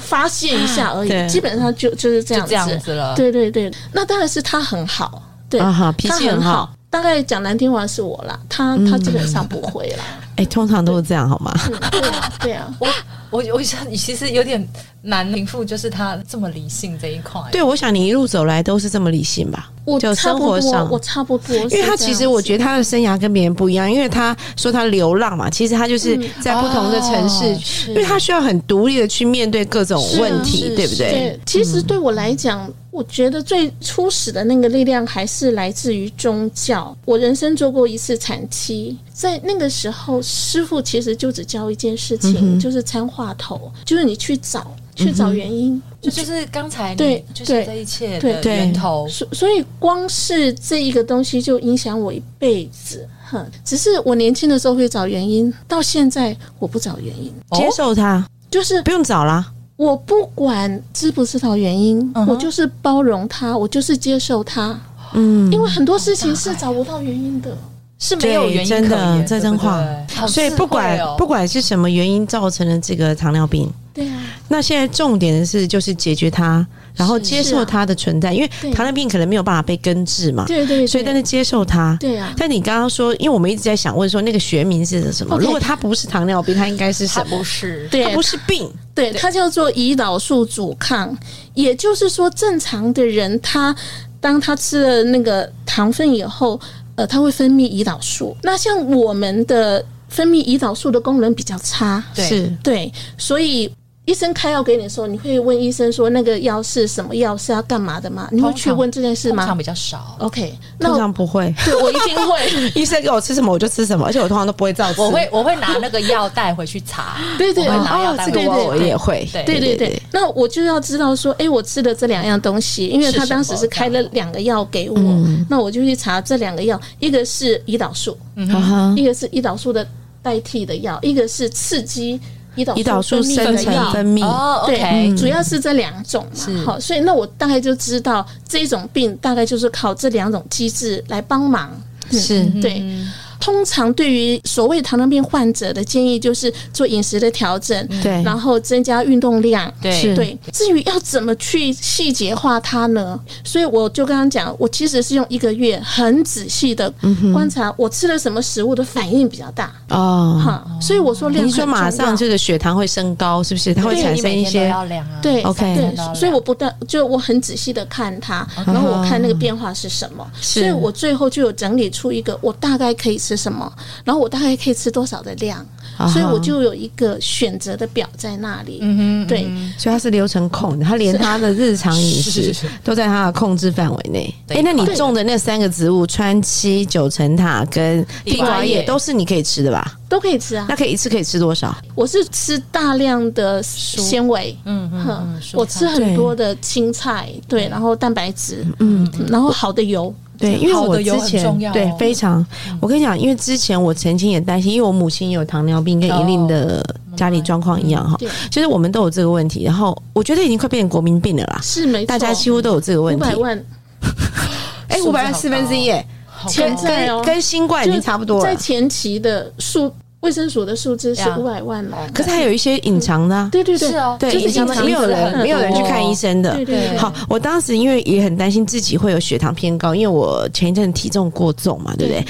Speaker 1: 发泄一下而
Speaker 3: 对
Speaker 1: 已，基本上就就是这
Speaker 4: 就这
Speaker 1: 样子。
Speaker 4: 样子了。
Speaker 1: 对对对，那当然是他很好，对，
Speaker 3: 啊哈脾气
Speaker 1: 他
Speaker 3: 很
Speaker 1: 很
Speaker 3: 好。
Speaker 1: 大概讲难听话是我啦，他他基本上不会啦。
Speaker 3: 哎、通常都是这样，好吗？
Speaker 1: 嗯，对啊，对啊，
Speaker 4: 我我我想你其实有点难平复，就是他这么理性这一块。
Speaker 3: 对，我想你一路走来都是这么理性吧？
Speaker 1: 我
Speaker 3: 就
Speaker 1: 差
Speaker 3: 生
Speaker 1: 不
Speaker 3: 活
Speaker 1: 多
Speaker 3: 上，，
Speaker 1: 我差不多是这样子。
Speaker 3: 因为他其实我觉得他的生涯跟别人不一样，因为他说他流浪嘛，其实他就是
Speaker 1: 嗯
Speaker 3: 在不同的
Speaker 1: 啊
Speaker 3: 城市，
Speaker 4: 哦是
Speaker 3: 因为他需要很独立的去面对各种问题，
Speaker 4: 是
Speaker 3: 对嗯不对？
Speaker 1: 啊对，其实对我来讲，我觉得最初始的那个力量还是来自于宗教。我人生做过一次产期，在那个时候，师傅其实就只教一件事
Speaker 3: 嗯
Speaker 1: 情，就是参话头，就是你去找，去找原因。
Speaker 3: 嗯
Speaker 4: 就就是刚才你
Speaker 1: 对
Speaker 4: 就是这一切
Speaker 1: 对
Speaker 4: 的
Speaker 3: 对
Speaker 4: 源头。
Speaker 1: 所所以光是这一个东西就影响我一辈子。哼，只是我年轻的时候会找原因，到现在我不找原因，
Speaker 4: 哦
Speaker 3: 接受他，
Speaker 1: 就是
Speaker 3: 不用找啦。
Speaker 1: 我不管知不知道原因，
Speaker 4: 嗯哼
Speaker 1: 我就是包容它，我就是接受它。
Speaker 3: 嗯，
Speaker 1: 因为很多事情是找不到原因的。
Speaker 4: 是没有
Speaker 3: 对
Speaker 4: 原因
Speaker 3: 真
Speaker 4: 可
Speaker 3: 的
Speaker 4: 言
Speaker 3: 这真话
Speaker 1: 哦
Speaker 4: 对不对好
Speaker 3: 所以
Speaker 4: 智慧
Speaker 3: 不管、
Speaker 4: 哦
Speaker 3: 不管是什么原因造成了这个糖尿病，
Speaker 1: 对啊，
Speaker 3: 那现在重点是就是解决它，然后接
Speaker 1: 是
Speaker 3: 受
Speaker 1: 啊
Speaker 3: 它的存在，因为
Speaker 1: 对
Speaker 3: 糖尿病可能没有办法被根治嘛，
Speaker 1: 对对，
Speaker 3: 啊所以
Speaker 1: 对
Speaker 3: 但是接受它。
Speaker 1: 对啊，
Speaker 3: 但你刚刚说，因为我们一直在想问说那个学名是什么
Speaker 1: OK
Speaker 3: 如果它不是糖尿病，它应该是
Speaker 4: 它
Speaker 3: 什么？
Speaker 4: 不是
Speaker 1: 对
Speaker 3: 它不是病，
Speaker 1: 对，它叫做胰岛素阻抗，也就是说，正常的人他当他吃了那个糖分以后，呃，他会分泌胰岛素。那像我们的分泌胰岛素的功能比较差，
Speaker 4: 对
Speaker 3: 是
Speaker 1: 对，所以。医生开药给你的时候，你会问医生说那个药是什么药，是要干嘛的吗？你会
Speaker 4: 通
Speaker 1: 去
Speaker 4: 常
Speaker 1: 问这件事
Speaker 4: 通常
Speaker 1: 吗
Speaker 4: 比较少。
Speaker 1: ？OK，那
Speaker 3: 通
Speaker 1: 我
Speaker 3: 常不 会。
Speaker 1: 对我一定会，
Speaker 3: 医生给我吃什么我就吃什么，而且我通常都不会照吃。
Speaker 4: 我会我会拿那个药袋回去查，
Speaker 1: 对对
Speaker 4: 我会拿药
Speaker 3: 哦，
Speaker 4: 袋
Speaker 3: 这
Speaker 4: 回
Speaker 3: 个
Speaker 4: 去查
Speaker 3: 我我也会。
Speaker 4: 对
Speaker 1: 对对对，那我就要知道说，哎、我吃的这两样东西，因为
Speaker 4: 是
Speaker 1: 他
Speaker 4: 什
Speaker 1: 当时
Speaker 4: 么
Speaker 1: 是开了两个药给我，那我就去查这两个药，哎一个是胰岛素，
Speaker 3: 啊哈，
Speaker 1: 一个是胰岛素的代替的药，一个是刺激胰岛
Speaker 3: 胰岛素
Speaker 1: 素分
Speaker 3: 生
Speaker 1: 泌的
Speaker 3: 成
Speaker 1: 药。
Speaker 3: 分泌，
Speaker 4: 哦
Speaker 1: 对嗯
Speaker 4: ，OK，
Speaker 1: 主要是这两种嘛，好，所以那我大概就知道这种病大概就是靠这两种机制来帮忙。
Speaker 3: 是
Speaker 4: 嗯
Speaker 1: 对，通常对于所谓糖尿病患者的建议就是做饮食的调整，
Speaker 3: 对
Speaker 1: 然后增加运动量，
Speaker 3: 是
Speaker 4: 对，
Speaker 1: 对，至于要怎么去细节化它呢？所以我就刚刚讲，我其实是用一个月很仔细的
Speaker 3: 嗯
Speaker 1: 观察我吃了什么食物的反应比较大，
Speaker 3: 哦。
Speaker 1: 哈、所以我说量
Speaker 3: 你
Speaker 1: 很
Speaker 3: 说马
Speaker 1: 重要
Speaker 3: 上这个血糖会升高，是不是？它会
Speaker 4: 对
Speaker 3: 产
Speaker 4: 你
Speaker 3: 生
Speaker 4: 每
Speaker 3: 一
Speaker 4: 天都
Speaker 3: 些
Speaker 4: 要量啊，
Speaker 1: 对
Speaker 3: ，OK
Speaker 4: 三天
Speaker 1: 对
Speaker 4: 都要，
Speaker 1: 所以
Speaker 4: 量
Speaker 1: 我不断就我很仔细的看它，然后我看那个变化是什么，
Speaker 3: 嗯是
Speaker 1: 所以我最后就有整理出一个我大概可以吃什么，然后我大概可以吃多少的量，
Speaker 3: 啊哈
Speaker 1: 所以我就有一个选择的表在那里。
Speaker 4: 嗯哼，
Speaker 1: 对，
Speaker 3: 所以他是流程控的，他连他的日常饮食都在他的控制范围内。哎、
Speaker 4: 对
Speaker 3: 那你
Speaker 1: 对
Speaker 3: 种的那三个植物，川七、九层塔跟地瓜
Speaker 4: 瓜
Speaker 3: 叶，
Speaker 4: 叶
Speaker 3: 都是你可以吃的吧？
Speaker 1: 都可以吃啊
Speaker 3: 那。可以一次可以吃多少？
Speaker 1: 我是吃大量的纤维，
Speaker 4: 嗯嗯
Speaker 1: 哼
Speaker 4: 嗯，蔬
Speaker 1: 我
Speaker 4: 菜
Speaker 1: 吃很多的青菜，对，然后蛋白质，嗯，然后好的油，
Speaker 3: 对，因为
Speaker 4: 好
Speaker 3: 我
Speaker 4: 的油
Speaker 3: 之
Speaker 4: 很
Speaker 3: 前、
Speaker 4: 重要哦
Speaker 3: 对非常，我跟你讲，因为之前我曾经也担心，因为我母亲也有糖尿病，跟
Speaker 4: 哦
Speaker 3: 莹玲的家里状况一样哈
Speaker 1: 对，
Speaker 3: 就是我们都有这个问题。然后我觉得已经快变成国民病了啦，
Speaker 1: 是没错，
Speaker 3: 大家几乎都有这个问
Speaker 1: 五
Speaker 3: 题。
Speaker 1: 百万
Speaker 3: 哎，五百万四分之一，哎，
Speaker 4: 好
Speaker 1: 前
Speaker 4: 高
Speaker 1: 在
Speaker 3: 跟
Speaker 1: 哦，
Speaker 3: 跟新冠已
Speaker 1: 就
Speaker 3: 经差不多
Speaker 1: 在
Speaker 3: 了。
Speaker 1: 前期的数，卫生署的数字是
Speaker 4: 呀
Speaker 1: 五百万哦，
Speaker 3: 可是还有一些隐藏的、啊，
Speaker 1: 对对对，
Speaker 4: 是哦，
Speaker 3: 对，
Speaker 1: 就是
Speaker 3: 隐藏
Speaker 1: 隐
Speaker 3: 的
Speaker 1: 藏
Speaker 3: 没有
Speaker 1: 的
Speaker 3: 人
Speaker 1: 很
Speaker 3: 没有人去
Speaker 4: 多
Speaker 3: 看医生的
Speaker 1: 对。对对，
Speaker 3: 好，我当时因为也很担心自己会有血糖偏高，因为我前一阵体重过重嘛，对不对？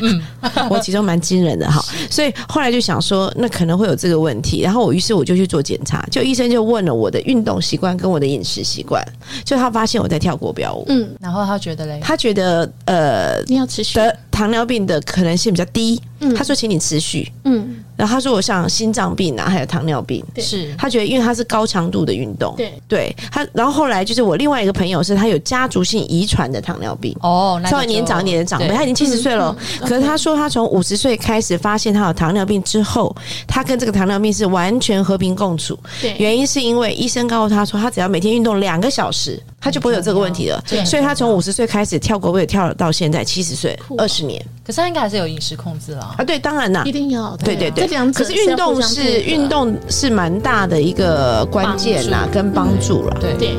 Speaker 3: 嗯， 我体重蛮惊人的哈，所以后来就想说，那可能会有这个问题。然后我于是我就去做检查，就医生就问了我的运动习惯跟我的饮食习惯，就他发现我在跳国标舞，
Speaker 1: 嗯，
Speaker 4: 然后他觉得嘞，
Speaker 3: 他觉得呃
Speaker 1: 你要持续，
Speaker 3: 得糖尿病的可能性比较低，
Speaker 1: 嗯
Speaker 3: 他说请你持续。
Speaker 1: 嗯，
Speaker 3: 然后他说我像心脏病啊，还有糖尿病，
Speaker 1: 对
Speaker 4: 是
Speaker 3: 他觉得因为它是高强度的运动，
Speaker 1: 对，
Speaker 3: 对他，然后后来就是我另外一个朋友是他有家族性遗传的糖尿病。
Speaker 4: 哦，那
Speaker 3: 稍微
Speaker 4: 就
Speaker 3: 年长一点的长辈，
Speaker 4: 对嗯
Speaker 3: 他已经七十岁了。可是他说，他从五十岁开始发现他有糖尿病之后，他跟这个糖尿病是完全和平共处。
Speaker 1: 对，
Speaker 3: 原因是因为医生告诉他说，他只要每天运动两个小时，他就不会有这个问题了。
Speaker 4: 对
Speaker 3: 所以他从五十岁开始跳国标，跳了到现在七十岁，
Speaker 4: 啊
Speaker 1: 酷哦
Speaker 3: 二十年
Speaker 4: 可是他应该还是有饮食控制啦
Speaker 3: 啊。。对，当然啦
Speaker 1: 一，定要，啊
Speaker 3: 对对对，
Speaker 1: 这两者
Speaker 3: 可是运动
Speaker 1: 啊
Speaker 3: 是运，动是蛮大的一个关键呐、
Speaker 4: 帮助
Speaker 3: 跟帮助啦。
Speaker 4: 对
Speaker 1: 对，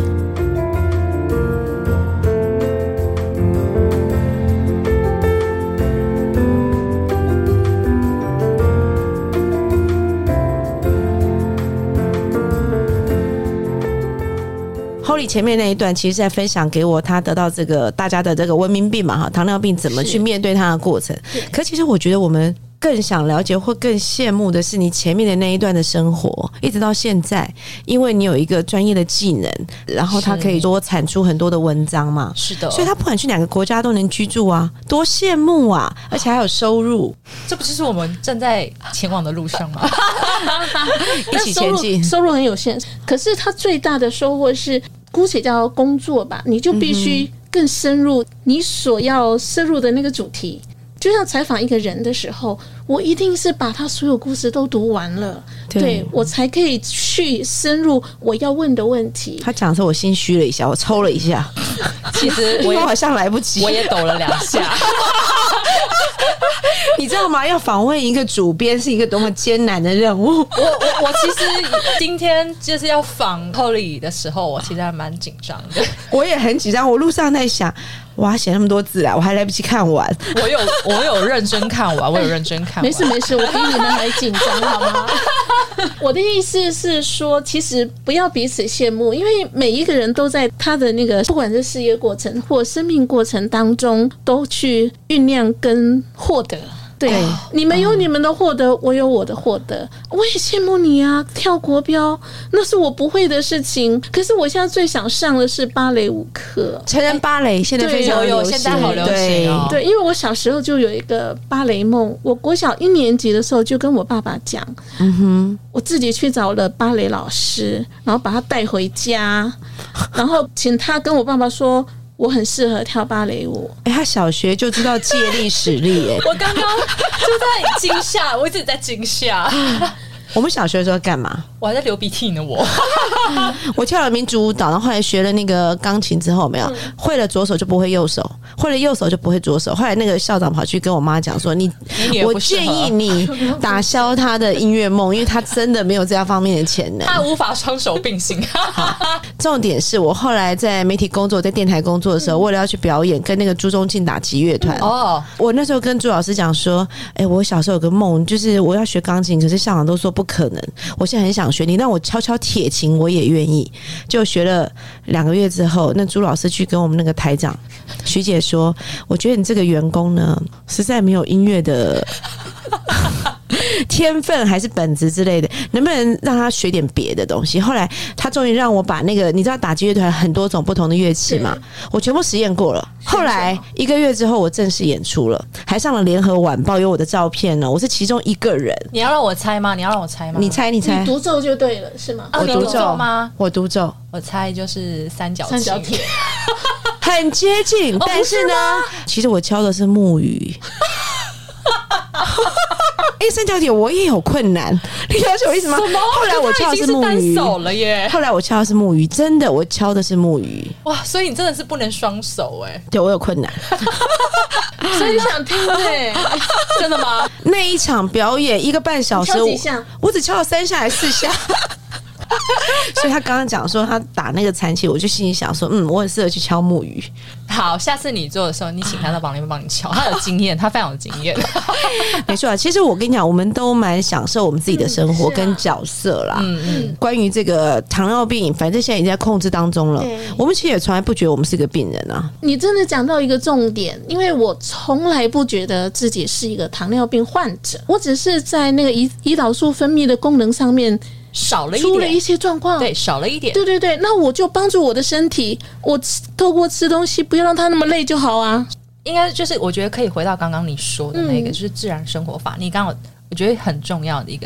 Speaker 3: Holly 前面那一段其实是在分享给我，他得到这个大家的这个文明病嘛哈，糖尿病怎么去面对它的过程。可其实我觉得我们更想了解或更羡慕的是你前面的那一段的生活，一直到现在，因为你有一个专业的技能，然后它
Speaker 4: 是
Speaker 3: 可以多产出很多的文章嘛。
Speaker 4: 是的，
Speaker 3: 所以他不管去哪个国家都能居住啊，多羡慕啊！而且还有收入，
Speaker 4: 这不就是我们正在前往的路上吗？
Speaker 3: 一
Speaker 1: 那
Speaker 3: 起
Speaker 1: 收
Speaker 3: 前
Speaker 1: 入
Speaker 3: 进。
Speaker 1: 收入很有限，可是他最大的收获是，姑且叫工作吧，你就必
Speaker 3: 嗯
Speaker 1: 须更深入你所要摄入的那个主题。就像采访一个人的时候，我一定是把他所有故事都读完了，
Speaker 3: 对
Speaker 1: 我才可以去深入我要问的问题。
Speaker 3: 他讲的时候，我心虚了一下，我抽了一下，
Speaker 4: 其实
Speaker 3: 因
Speaker 4: 我
Speaker 3: 为
Speaker 4: 也
Speaker 3: 我好像来不及。
Speaker 4: 我也抖了两下，
Speaker 3: 你知道吗？要访问一个主编是一个多么艰难的任 务。
Speaker 4: 我我我其实今天就是要访 Holly 的时候，我其实还蛮紧张的。
Speaker 3: 我也很紧张，我路上在想，哇，写那么多字啊，我还来不及看完。
Speaker 4: 我有我有认真看完，我有认真看完。
Speaker 1: 没事没事，我比你们还紧张，好吗？我的意思是说，其实不要彼此羡慕，因为每一个人都在他的那个，不管是事业过程或生命过程当中，都去酝酿跟获得。对，你们有你们的获得，我有我的获得，我也羡慕你啊！跳国标那是我不会的事情，可是我现在最想上的是芭蕾舞课。
Speaker 3: 成人芭蕾现在非常
Speaker 4: 有有
Speaker 3: 流行
Speaker 4: 现在好流行哦
Speaker 1: 对，因为我小时候就有一个芭蕾梦，我国小一年级的时候就跟我爸爸讲，
Speaker 3: 嗯哼，
Speaker 1: 我自己去找了芭蕾老师，然后把他带回家，然后请他跟我爸爸说。我很适合跳芭 蕾舞，
Speaker 3: 哎、他小学就知道借力使力、哎，
Speaker 4: 我刚刚就在惊吓，我一直在惊吓，
Speaker 3: 我们小学的时候干嘛？
Speaker 4: 我还在流鼻涕呢。我
Speaker 3: 我跳了民族舞蹈，然后后来学了那个钢琴之后，有没有、
Speaker 4: 嗯
Speaker 3: 会了左手就不会右手，会了右手就不会左手。后来那个校长跑去跟我妈讲说：“你，
Speaker 4: 你也
Speaker 3: 我
Speaker 4: 不适
Speaker 3: 建
Speaker 4: 合
Speaker 3: 议你打消他的音乐梦，因为他真的没有这样方面的潜能。”
Speaker 4: 他无法双手并 行，
Speaker 3: 重点是我后来在媒体工作，在电台工作的时候，为了要去表演，跟那个朱宗庆打击乐团。
Speaker 4: 嗯哦，
Speaker 3: 我那时候跟朱老师讲说，哎、我小时候有个梦，就是我要学钢琴，可是校长都说不可能。我现在很想学，你让我敲敲铁琴，我也愿意。就学了两个月之后，那朱老师去跟我们那个台长徐姐说，我觉得你这个员工呢，实在没有音乐的天分还是本质之类的，能不能让他学点别的东西？后来他终于让我把那个，你知道打击乐团很多种不同的乐器嘛，我全部实验过了。后来一个月之后，我正式演出了，还上了联合晚报，有我的照片呢，我是其中一个人。
Speaker 4: 你要让我猜吗？你要让我猜吗？
Speaker 3: 你猜，你猜
Speaker 1: 你，独奏就对了，是吗？
Speaker 4: 哎啊，
Speaker 3: 我
Speaker 4: 你
Speaker 3: 独
Speaker 4: 有
Speaker 3: 奏
Speaker 4: 中吗？
Speaker 3: 我独奏，
Speaker 4: 我猜就是三角
Speaker 1: 三角
Speaker 4: 琴
Speaker 1: 铁，
Speaker 3: 很接近，
Speaker 1: 哦
Speaker 3: 但是呢，其实我敲的是木 鱼。哎、三角铁我也有困难，你了解我意思吗？
Speaker 4: 什么？
Speaker 3: 后来我
Speaker 4: 可他
Speaker 3: 敲的
Speaker 4: 已经
Speaker 3: 木
Speaker 4: 单
Speaker 3: 鱼，
Speaker 4: 手了耶！
Speaker 3: 后来我敲的是木鱼，真的，我敲的是木鱼。
Speaker 4: 哇，所以你真的是不能双手哎，
Speaker 3: 对我有困难。
Speaker 1: 真想听 哎、
Speaker 4: 真的吗？
Speaker 3: 那一场表演一个半小时，
Speaker 1: 你敲几
Speaker 3: 我
Speaker 1: 下
Speaker 3: 我只敲了三下还是四 下。所以他刚刚讲说他打那个残器，我就心里想说，嗯，我很适合去敲木鱼。
Speaker 4: 好，下次你做的时候，你请他到旁边帮你敲，他有经验，他非常有经 验。
Speaker 3: 没错啊，其实我跟你讲，我们都蛮享受我们自己的生活
Speaker 1: 嗯是啊
Speaker 3: 跟角色啦。
Speaker 4: 嗯嗯，
Speaker 3: 关于这个糖尿病，反正现在已经在控制当中了
Speaker 1: 对。
Speaker 3: 我们其实也从来不觉得我们是个病人啊。
Speaker 1: 你真的讲到一个重点，因为我从来不觉得自己是一个糖尿病患者，我只是在那个胰胰岛素分泌的功能上面
Speaker 4: 少了一
Speaker 1: 出了一
Speaker 4: 点，
Speaker 1: 些状况。
Speaker 4: 对，少了一点。
Speaker 1: 对对对，那我就帮助我的身体，我吃透过吃东西不要让它那么累就好啊。
Speaker 4: 应该就是我觉得可以回到刚刚你说的那个，
Speaker 1: 嗯
Speaker 4: 就是自然生活法。你刚刚有我觉得很重要的一个，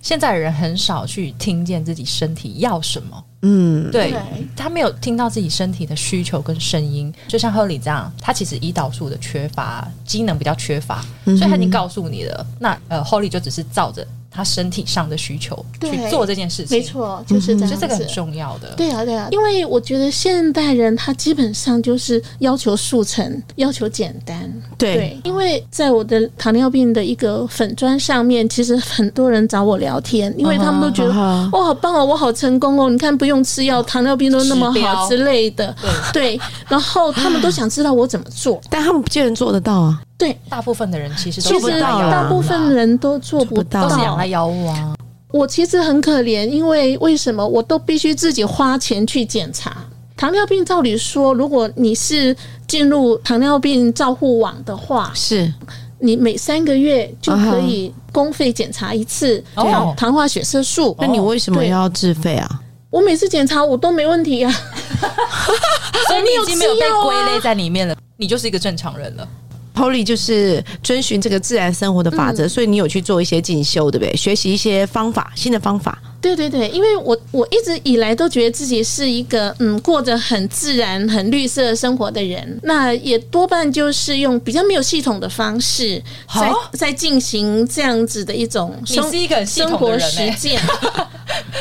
Speaker 4: 现在人很少去听见自己身体要什么，
Speaker 3: 嗯，
Speaker 4: 对
Speaker 1: 对
Speaker 4: 他没有听到自己身体的需求跟声音。就像贺里这样，他其实胰岛素的缺乏，机能比较缺乏，
Speaker 1: 嗯
Speaker 4: 所以他已经告诉你了。那呃，后里就只是照着他身体上的需求去
Speaker 1: 对
Speaker 4: 做这件事情，
Speaker 1: 没，错，就是这
Speaker 4: 我
Speaker 1: 样
Speaker 4: 觉得嗯
Speaker 1: 子。
Speaker 4: 这个很重要的。
Speaker 1: 对啊，对啊，因为我觉得现代人他基本上就是要求速成，要求简单。
Speaker 3: 对，
Speaker 1: 因为在我的糖尿病的一个粉砖上面，其实很多人找我聊天，因为他们都觉得
Speaker 3: 嗯哼嗯哼
Speaker 1: 哇、好棒哦，我好成功哦，你看不用吃药，糖尿病都那么
Speaker 4: 指
Speaker 1: 好
Speaker 4: 标
Speaker 1: 之类的。对，然后他们都想知道我怎么做。
Speaker 3: 但他们不见得做得到啊。
Speaker 1: 对，
Speaker 4: 大部分的人其实都
Speaker 1: 其
Speaker 4: 是
Speaker 1: 实
Speaker 4: 仰赖药物
Speaker 1: 大部分
Speaker 4: 啦
Speaker 1: 人都做不
Speaker 3: 做
Speaker 4: 都
Speaker 1: 到。
Speaker 4: 是仰赖药物啊。
Speaker 1: 我其实很可怜，因为为什么我都必须自己花钱去检查？糖尿病照理说，如果你是进入糖尿病照护网的话，
Speaker 3: 是，
Speaker 1: 你每三个月就可以公费检查一次
Speaker 4: 哦
Speaker 1: 糖糖化血色素。
Speaker 3: 那你为什么要自费啊？
Speaker 1: 我每次检查我都没问题啊，
Speaker 4: 所以你已经没有被
Speaker 1: 吃药啊
Speaker 4: 归类在里面了，你就是一个正常人了。
Speaker 3: Polly 就是遵循这个自然生活的法
Speaker 1: 嗯
Speaker 3: 则，所以你有去做一些进修，对不对？学习一些方法，新的方法。
Speaker 1: 对对对，因为我我一直以来都觉得自己是一个嗯过着很自然、很绿色生活的人，那也多半就是用比较没有系统的方式在
Speaker 4: 啊
Speaker 1: 在进行这样子的一种
Speaker 4: 你
Speaker 1: 生
Speaker 4: 是一个很系
Speaker 1: 生
Speaker 4: 统的
Speaker 1: 活
Speaker 4: 人
Speaker 1: 实
Speaker 4: 欸
Speaker 1: 践。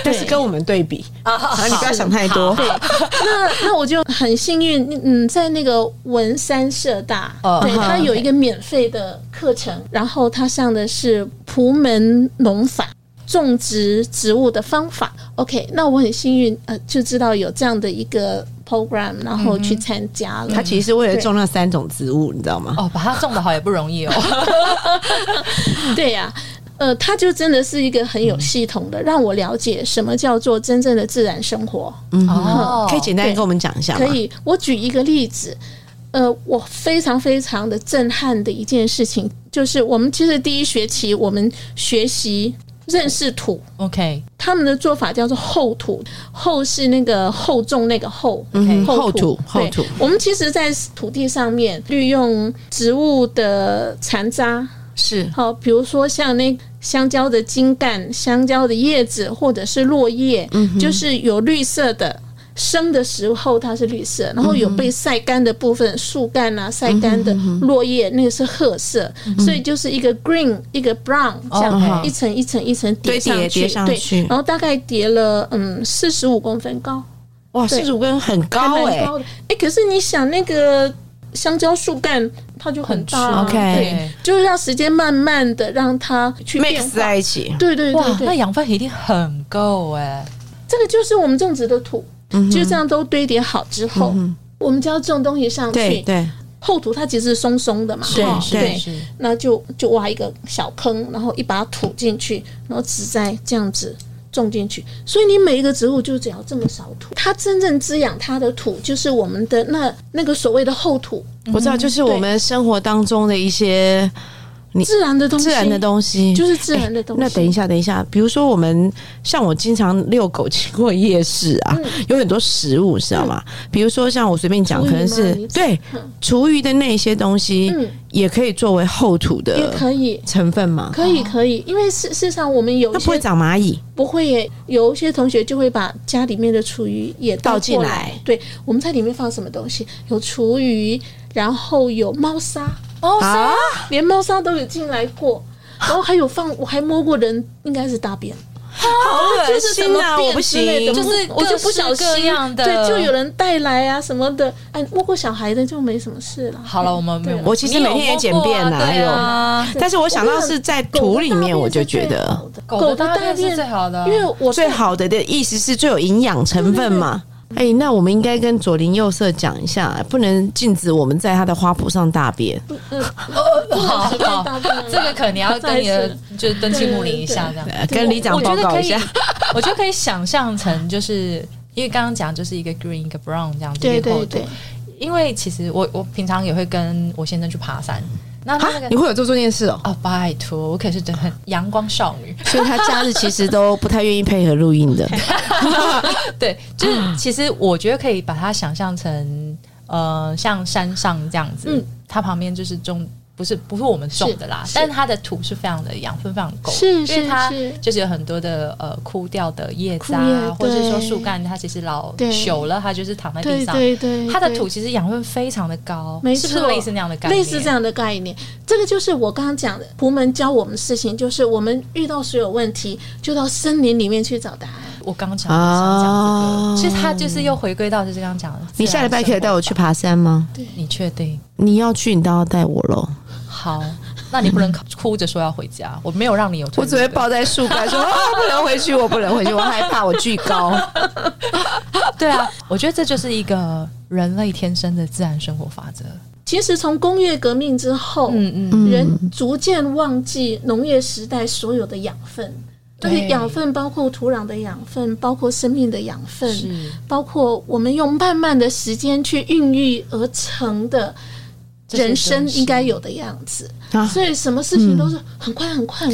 Speaker 3: 但是跟我们对比啊，你不要想太多。
Speaker 1: 那那我就很幸运，嗯，在那个文山社大，
Speaker 4: 哦
Speaker 1: 对
Speaker 4: 嗯
Speaker 1: 他有一个免费的课程，然后他上的是普门农法。种植植物的方法。OK，那我很幸运，呃，就知道有这样的一个 program，然后
Speaker 4: 嗯
Speaker 1: 去参加了。
Speaker 3: 他其实是为了种那三种植物，你知道吗？
Speaker 4: 哦，把它种的好也不容易哦。
Speaker 1: 对呀、呃，他就真的是一个很有系统的，让我了解什么叫做真正的自然生活。
Speaker 4: 哦，
Speaker 3: 可以简单跟我们讲一下吗？
Speaker 1: 可以，我举一个例子，呃，我非常非常的震撼的一件事情，就是我们其实第一学期我们学习认识土，
Speaker 4: OK，
Speaker 1: 他们的做法叫做厚土，厚是那个厚重那个厚，
Speaker 3: 嗯哼
Speaker 1: 厚
Speaker 3: 厚土
Speaker 1: 对
Speaker 3: 厚土
Speaker 1: 我们其实，在土地上面利用植物的残渣，
Speaker 3: 是
Speaker 1: 好，比如说像那香蕉的茎干、香蕉的叶子或者是落叶，
Speaker 3: 嗯
Speaker 1: 就是有绿色的。生的时候它是绿色，然后有被晒干的部分，树干啊、晒干
Speaker 3: 嗯
Speaker 1: 的落叶，那个是褐色，所以就是一个 green 一个 brown 这
Speaker 3: 哦
Speaker 1: 样
Speaker 3: 好
Speaker 1: 一层一层一层叠
Speaker 3: 堆叠
Speaker 1: 上去，
Speaker 3: 叠上去
Speaker 1: 对，然后大概叠了嗯四十五公分高，
Speaker 3: 哇，
Speaker 1: 对
Speaker 3: 四十五根很
Speaker 1: 还
Speaker 3: 高
Speaker 1: 蛮
Speaker 3: 哎、
Speaker 1: 高的。哎，可是你想那个香蕉树干，它就很大啊、
Speaker 3: 很粗
Speaker 1: 对
Speaker 3: OK，
Speaker 1: 就是让时间慢慢的让它去变
Speaker 3: mix
Speaker 1: 化。
Speaker 3: 在一起，
Speaker 1: 对对
Speaker 4: 哇
Speaker 1: 对，
Speaker 4: 那
Speaker 1: 对，
Speaker 4: 养分一定很够哎。
Speaker 1: 这个就是我们种植的土，
Speaker 3: 嗯
Speaker 1: 就这样都堆叠好之后，我们就要种东西上
Speaker 3: 对
Speaker 1: 去。
Speaker 3: 对，
Speaker 1: 厚土它其实是松松的嘛，
Speaker 3: 是
Speaker 1: 哈
Speaker 3: 是
Speaker 1: 对，
Speaker 4: 是
Speaker 1: 那就就挖一个小坑，然后一把土进去，然后植栽这样子种进去。所以你每一个植物就只要这么少土，它真正滋养它的土就是我们的那那个所谓的厚土，
Speaker 3: 我知道，就是我们生活当中的一些
Speaker 1: 自然的东西，
Speaker 3: 自然的东西，哎
Speaker 1: 就是自然的东西。
Speaker 3: 那等一下，等一下，比如说我们像我经常遛狗经过夜市啊，有很多食物，知道吗？比如说像我随便讲，
Speaker 1: 嗯厨余
Speaker 3: 可能是
Speaker 1: 吗你指
Speaker 3: 对
Speaker 1: 嗯
Speaker 3: 厨余的那些东西，
Speaker 1: 嗯
Speaker 3: 也可以作为厚土
Speaker 1: 也
Speaker 3: 的
Speaker 1: 可以。
Speaker 3: 成分嘛。
Speaker 1: 可以，可以，因为事事实上，我们有
Speaker 3: 哦
Speaker 1: 一
Speaker 3: 那不
Speaker 1: 些
Speaker 3: 会长蚂蚁，
Speaker 1: 不会耶，有一些同学就会把家里面的厨余也
Speaker 3: 倒
Speaker 1: 倒
Speaker 3: 进
Speaker 1: 过
Speaker 3: 来
Speaker 1: 来。对，我们在里面放什么东西？有厨余，然后有猫砂，猫砂、连猫砂都有进来过。然后还有放，我还摸过人，应该是大便，
Speaker 3: 好
Speaker 1: 就
Speaker 3: 恶
Speaker 1: 是什
Speaker 3: 心
Speaker 1: 么
Speaker 3: 啊！我
Speaker 1: 便
Speaker 3: 不
Speaker 1: 之类
Speaker 3: 行
Speaker 1: 的，，
Speaker 4: 就是
Speaker 1: 我我就不小心
Speaker 4: 各式各样的
Speaker 1: 对，就有人带来啊什么的，哎，摸过小孩的就没什么事了。
Speaker 4: 好了，我们没有
Speaker 1: 对
Speaker 3: 我其实每天也剪便
Speaker 4: 你有摸过
Speaker 3: 呐，
Speaker 4: 啊
Speaker 3: 哎
Speaker 4: 对啊
Speaker 3: 呦！但是我想到是在土里面，我就觉得
Speaker 1: 狗的大
Speaker 4: 狗的大便
Speaker 1: 便
Speaker 4: 是最好的啊
Speaker 1: 因为我
Speaker 3: 最好的的意思是最有营养成分嘛。哎、那我们应该跟左邻右舍讲一下，不能禁止我们在他的花圃上大便。
Speaker 4: 好好，这个可能你要跟你
Speaker 1: 再
Speaker 4: 的
Speaker 1: 次
Speaker 4: 就是敦亲睦邻一下这样。
Speaker 3: 呃跟里长
Speaker 4: 我
Speaker 3: 报
Speaker 4: 觉得
Speaker 3: 告
Speaker 4: 可
Speaker 3: 一
Speaker 4: 以
Speaker 3: 下，，
Speaker 4: 我觉得可以想象成就是。因为刚刚讲就是一个 green 一个 brown 这样子，
Speaker 1: 对
Speaker 4: 一个厚
Speaker 1: 对
Speaker 4: 度
Speaker 1: 对。，
Speaker 4: 因为其实我我平常也会跟我先生去爬山，那他那
Speaker 3: 你
Speaker 4: 个
Speaker 3: 会有做这件事哦、
Speaker 4: 啊、拜托，我可是真的很阳光少女。
Speaker 3: 所以他假日其实都不太愿意配合录音的。
Speaker 4: 对，
Speaker 1: 啊
Speaker 4: 就是其实我觉得可以把它想象成呃，像山上这样子，
Speaker 1: 嗯
Speaker 4: 它旁边就是种。不是不是我们种的啦，
Speaker 1: 是是
Speaker 4: 但是它的土是非常的养分非常够，
Speaker 1: 是
Speaker 4: 因为
Speaker 1: 是
Speaker 4: 它
Speaker 1: 是
Speaker 4: 就是有很多的呃枯掉的叶子
Speaker 1: 枯叶
Speaker 4: 啊，或
Speaker 1: 对
Speaker 4: 者是说树干，它其实老
Speaker 1: 对
Speaker 4: 朽了，它就是躺在地
Speaker 1: 对
Speaker 4: 上。
Speaker 1: 对对，
Speaker 4: 它的
Speaker 1: 对
Speaker 4: 土其实养分非常的高，
Speaker 1: 没
Speaker 4: 是不是
Speaker 1: 错
Speaker 4: 类似那样的概念？
Speaker 1: 类似这样的概念，这个就是我刚刚讲的，普门教我们事情，就是我们遇到所有问题，就到森林里面去找答案。
Speaker 4: 我刚刚讲的想讲
Speaker 1: 啊
Speaker 3: 哦
Speaker 4: 这个，其实它就是又回归到就是刚刚讲的。
Speaker 3: 你下礼拜可以带我去？爬山吗？
Speaker 4: 你确定？
Speaker 3: 你要去，你都要带我喽。
Speaker 4: 好，那你不能哭着说要回家，我没有让你有退路的，
Speaker 3: 我只会抱在树干说啊，不能回去，我不能回去，我害怕，我巨高。
Speaker 4: 对啊，我觉得这就是一个人类天生的自然生活法则。
Speaker 1: 其实从工业革命之后，
Speaker 4: 嗯嗯，
Speaker 1: 人逐渐忘记农业时代所有的养分，那个
Speaker 4: 对
Speaker 1: 养分包括土壤的养分，包括生命的养分，
Speaker 4: 是，
Speaker 1: 包括我们用慢慢的时间去孕育而成的
Speaker 4: 这些
Speaker 1: 人生
Speaker 4: 东西
Speaker 1: 应该有的样子。
Speaker 3: 啊
Speaker 1: 所以什么事情都是
Speaker 4: 嗯
Speaker 1: 很快很快，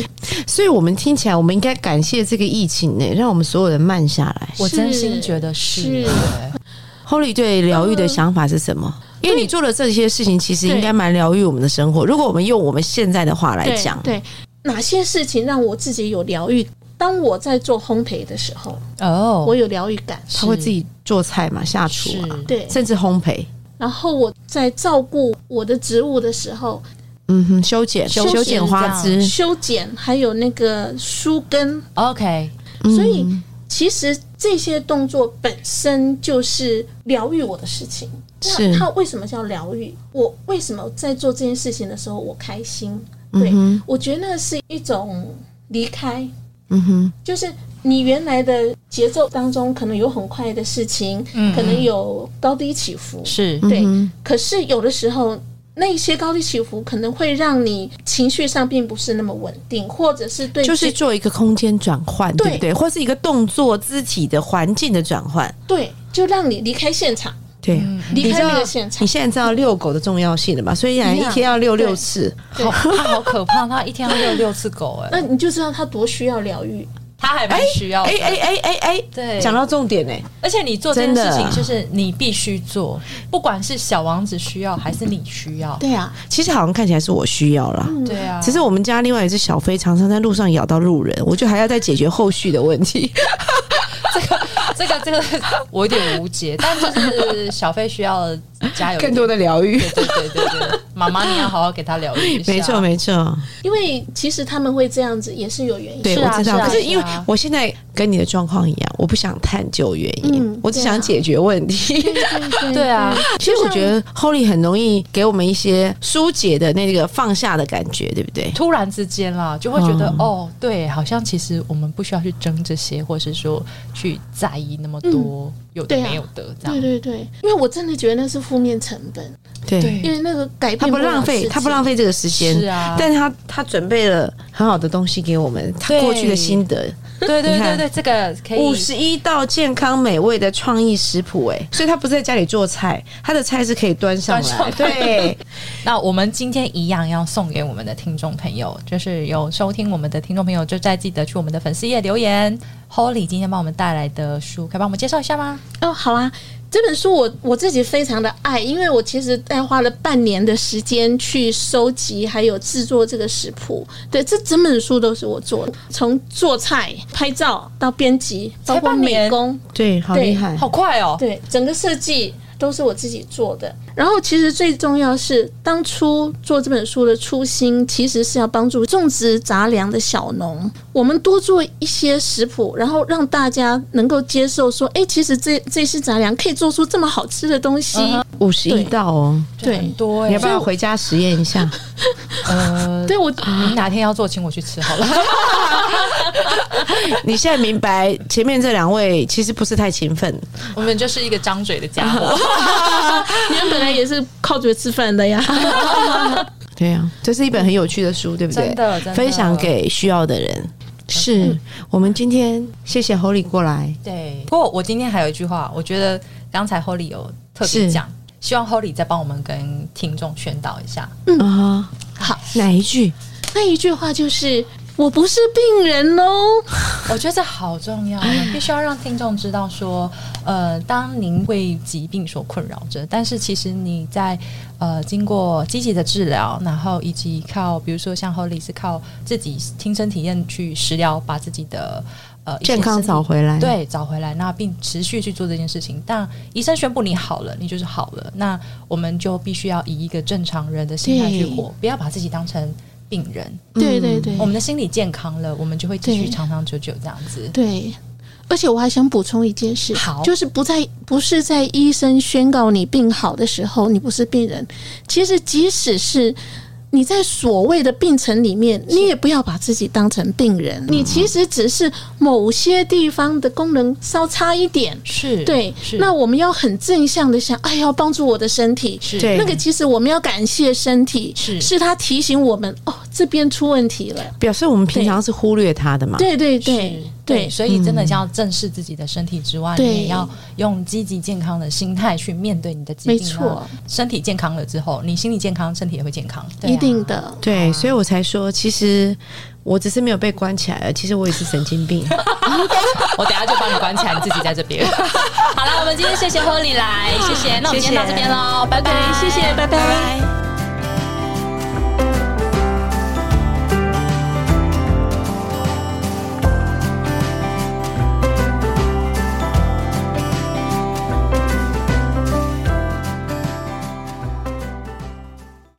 Speaker 3: 所以我们听起来，我们应该感谢这个疫情呢、让我们所有人慢下来。
Speaker 4: 我真心觉得是
Speaker 1: 是
Speaker 4: 欸。
Speaker 3: Holy 对疗愈的想法是什么？因为你做了这些事情，其实应该蛮疗愈我们的生活。如果我们用我们现在的话来
Speaker 1: 对
Speaker 3: 讲，
Speaker 1: 对哪些事情让我自己有疗愈？当我在做烘焙的时候，
Speaker 4: 哦，
Speaker 1: 我有疗愈感；
Speaker 3: 他会自己做菜嘛，下厨
Speaker 4: 是
Speaker 3: 啊，
Speaker 1: 对，
Speaker 3: 甚至烘焙，
Speaker 1: 然后我在照顾我的植物的时候，
Speaker 3: 嗯哼，修剪
Speaker 4: 修剪
Speaker 3: 修剪花
Speaker 4: 这
Speaker 3: 枝，
Speaker 1: 修剪还有那个疏根，
Speaker 4: OK，
Speaker 3: 嗯
Speaker 1: 所以其实这些动作本身就是疗愈我的事情。
Speaker 3: 是
Speaker 1: 那它为什么叫疗愈？我为什么在做
Speaker 3: 嗯
Speaker 1: 这件事情的时候我开心？对，我觉得那是一种离开
Speaker 3: 嗯哼，
Speaker 1: 就是你原来的节奏当中，可能有很快的事情，可能有高低起伏，
Speaker 4: 是
Speaker 1: 对
Speaker 3: 嗯。
Speaker 1: 可是有的时候，那些高低起伏可能会让你情绪上并不是那么稳定，或者是对
Speaker 3: 就是
Speaker 1: 自
Speaker 3: 做一个空间转换，对
Speaker 1: 对
Speaker 3: 不对？或是一个动作、肢体的环境的转换，
Speaker 1: 对，就让你离开现场，
Speaker 3: 对。
Speaker 1: 离开
Speaker 3: 知
Speaker 1: 那
Speaker 3: 道
Speaker 1: 个现场
Speaker 3: 你。现在知道遛狗的重要性了吧？所以然
Speaker 1: 一
Speaker 3: 一
Speaker 1: 样
Speaker 3: 天要遛六次，
Speaker 4: 好，他好可怕，他一天要遛六次狗、哎，
Speaker 1: 那你就知道他多需要疗愈，
Speaker 4: 他还蛮需要的。
Speaker 3: 哎哎哎哎哎，
Speaker 4: 对
Speaker 3: 讲到重点哎，
Speaker 4: 而且你做这件
Speaker 3: 真的
Speaker 4: 事情，就是你必须做，不管是小王子需要还是你需要。
Speaker 1: 对啊，
Speaker 3: 其实好像看起来是我需要啦。
Speaker 4: 对啊，
Speaker 3: 只是我们家另外一只小飞常常在路上咬到路人，我就还要再解决后续的问 题。
Speaker 4: 这个这个这个我有点无解，但就是小飞需要加油，
Speaker 3: 更多
Speaker 4: 的
Speaker 3: 的疗愈，
Speaker 4: 对啊对对对对，妈妈你要好好给他疗愈一下。
Speaker 3: 没错没错，
Speaker 1: 因为其实他们会这样子也是有原因。
Speaker 3: 对
Speaker 4: 是
Speaker 3: 我
Speaker 4: 啊
Speaker 3: 知道。
Speaker 4: 是啊
Speaker 3: 可是因为
Speaker 4: 是啊
Speaker 3: 我现在跟你的状况一样，我不想探究原因
Speaker 1: 嗯，
Speaker 3: 我只
Speaker 1: 对啊
Speaker 3: 想解决问题。
Speaker 1: 对
Speaker 4: 对啊，
Speaker 3: 其实我觉得 Holy 很容易给我们一些疏解的那个放下的感觉，对不对？
Speaker 4: 突然之间啦，就会觉得、
Speaker 3: 嗯
Speaker 4: 哦，对，好像其实我们不需要去争这些，或是说去在意那么多、有的
Speaker 1: 对啊
Speaker 4: 没有的这
Speaker 1: 对
Speaker 4: 样。
Speaker 1: 对对，因为我真的觉得那是负面成本，
Speaker 3: 对，
Speaker 1: 因为那个改变
Speaker 3: 他不浪费，他不浪
Speaker 1: 费，
Speaker 3: 费这个时间，
Speaker 4: 是啊
Speaker 3: 但他他准备了很好的东西给我们，他
Speaker 4: 对
Speaker 3: 过去的心得，
Speaker 4: 对对对
Speaker 3: 你看
Speaker 4: 对，这个可以
Speaker 3: 五十一道健康美味的创意食谱，哎，所以他不是在家里做菜，他的菜是可以端上
Speaker 4: 端
Speaker 3: 来，
Speaker 4: 上来
Speaker 3: 对，
Speaker 4: 那我们今天一样要送给我们的听众朋友，就是有收听我们的听众朋友，就再记得去我们的粉丝页留言。Holly 今天帮我们带来的书，可以帮我们介绍一下吗？
Speaker 1: 哦，好啊，这本书我我自己非常的爱，因为我其实大概花了半年的时间去收集还有制作这个食谱。对，这整本书都是我做的，从做菜、拍照到编辑，包
Speaker 4: 才
Speaker 1: 括
Speaker 4: 半
Speaker 1: 美
Speaker 4: 年
Speaker 1: 工，
Speaker 3: 对，好
Speaker 1: 对
Speaker 3: 厉害，
Speaker 4: 好快哦！
Speaker 1: 对，整个设计都是我自己做的。然后其实最重要是，当初做这本书的初心，其实是要帮助种植杂粮的小农，我们多做一些食谱，然后让大家能够接受说，哎，其实这这些杂粮可以做出这么好吃的东西。
Speaker 3: 五十一道哦，
Speaker 4: 嗯
Speaker 1: 对
Speaker 4: 很多
Speaker 3: 你
Speaker 4: 哎、
Speaker 3: 要不要回家实验一下？
Speaker 4: 呃，
Speaker 1: 对我，
Speaker 4: 你哪天要做，请我去吃好了。
Speaker 3: 你现在明白前面这两位其实不是太勤奋，
Speaker 4: 我们就是一个张嘴的家 伙，
Speaker 1: 啊你们本来也是靠嘴吃饭的呀。
Speaker 4: 啊
Speaker 3: 对呀、这是一本很有趣的书，对不对？
Speaker 4: 真的嗯真的
Speaker 3: 分享给需要的人。是我们今天谢谢 Holy 过来，
Speaker 4: 对，不过我今天还有一句话，我觉得刚才 Holly 有特别
Speaker 3: 是
Speaker 4: 讲，希望 Holly 再帮我们跟听众宣导一下。
Speaker 3: 啊、
Speaker 1: 好，
Speaker 3: 哪一句？
Speaker 1: 那一句话就是。我不是病人哦，
Speaker 4: 我觉得这好重
Speaker 3: 哎
Speaker 4: 要，我们必须要让听众知道说，呃，当您为疾病所困扰着，但是其实你在呃经过积极的治疗，然后以及靠比如说像 Holly 是靠自己亲身体验去食疗，把自己的呃一些
Speaker 3: 健康
Speaker 4: 身体
Speaker 3: 找回来
Speaker 4: 对，找回来，那并持续去做这件事情。但医生宣布你好了，你就是好了，那我们就必须要以一个正常人的心态去
Speaker 3: 对
Speaker 4: 活，不要把自己当成病人。
Speaker 1: 对对对，
Speaker 4: 我们的心理健康了，我们就会继续
Speaker 1: 对
Speaker 4: 长长久久这样子。
Speaker 1: 对，而且我还想补充一件事，
Speaker 4: 好
Speaker 1: 就是不在不是在医生宣告你病好的时候，你不是病人。其实即使是你在所谓的病程里面，你也不要把自己当成病人，
Speaker 4: 嗯
Speaker 1: 你其实只是某些地方的功能稍差一点。
Speaker 4: 是
Speaker 1: 对，
Speaker 4: 是
Speaker 1: 那我们要很正向的想，哎，要帮助我的身体。
Speaker 4: 是
Speaker 3: 对
Speaker 1: 那个，其实我们要感谢身体，
Speaker 4: 是啊
Speaker 1: 是它提醒我们哦，这边出问题了。
Speaker 3: 表示我们平常是忽略它的嘛？
Speaker 1: 对对
Speaker 4: 对
Speaker 1: 对
Speaker 4: 对，啊
Speaker 1: 对，
Speaker 4: 所以真的要正视自己的身体之外，
Speaker 1: 对
Speaker 4: 你也要用积极健康的心态去面对你的疾病。啊
Speaker 1: 没错，
Speaker 4: 身体健康了之后，你心理健康，身体也会健康。对啊
Speaker 1: 一定的。
Speaker 3: 对，所以我才说，其实我只是没有被关起来了，其实我也是神经病。
Speaker 4: 啊我等一下就帮你关起来，你自己在这边。好了，我们今天谢谢 Holly 来，谢谢。那我们今天到这边喽，拜拜，
Speaker 1: 谢谢，拜拜
Speaker 3: 拜。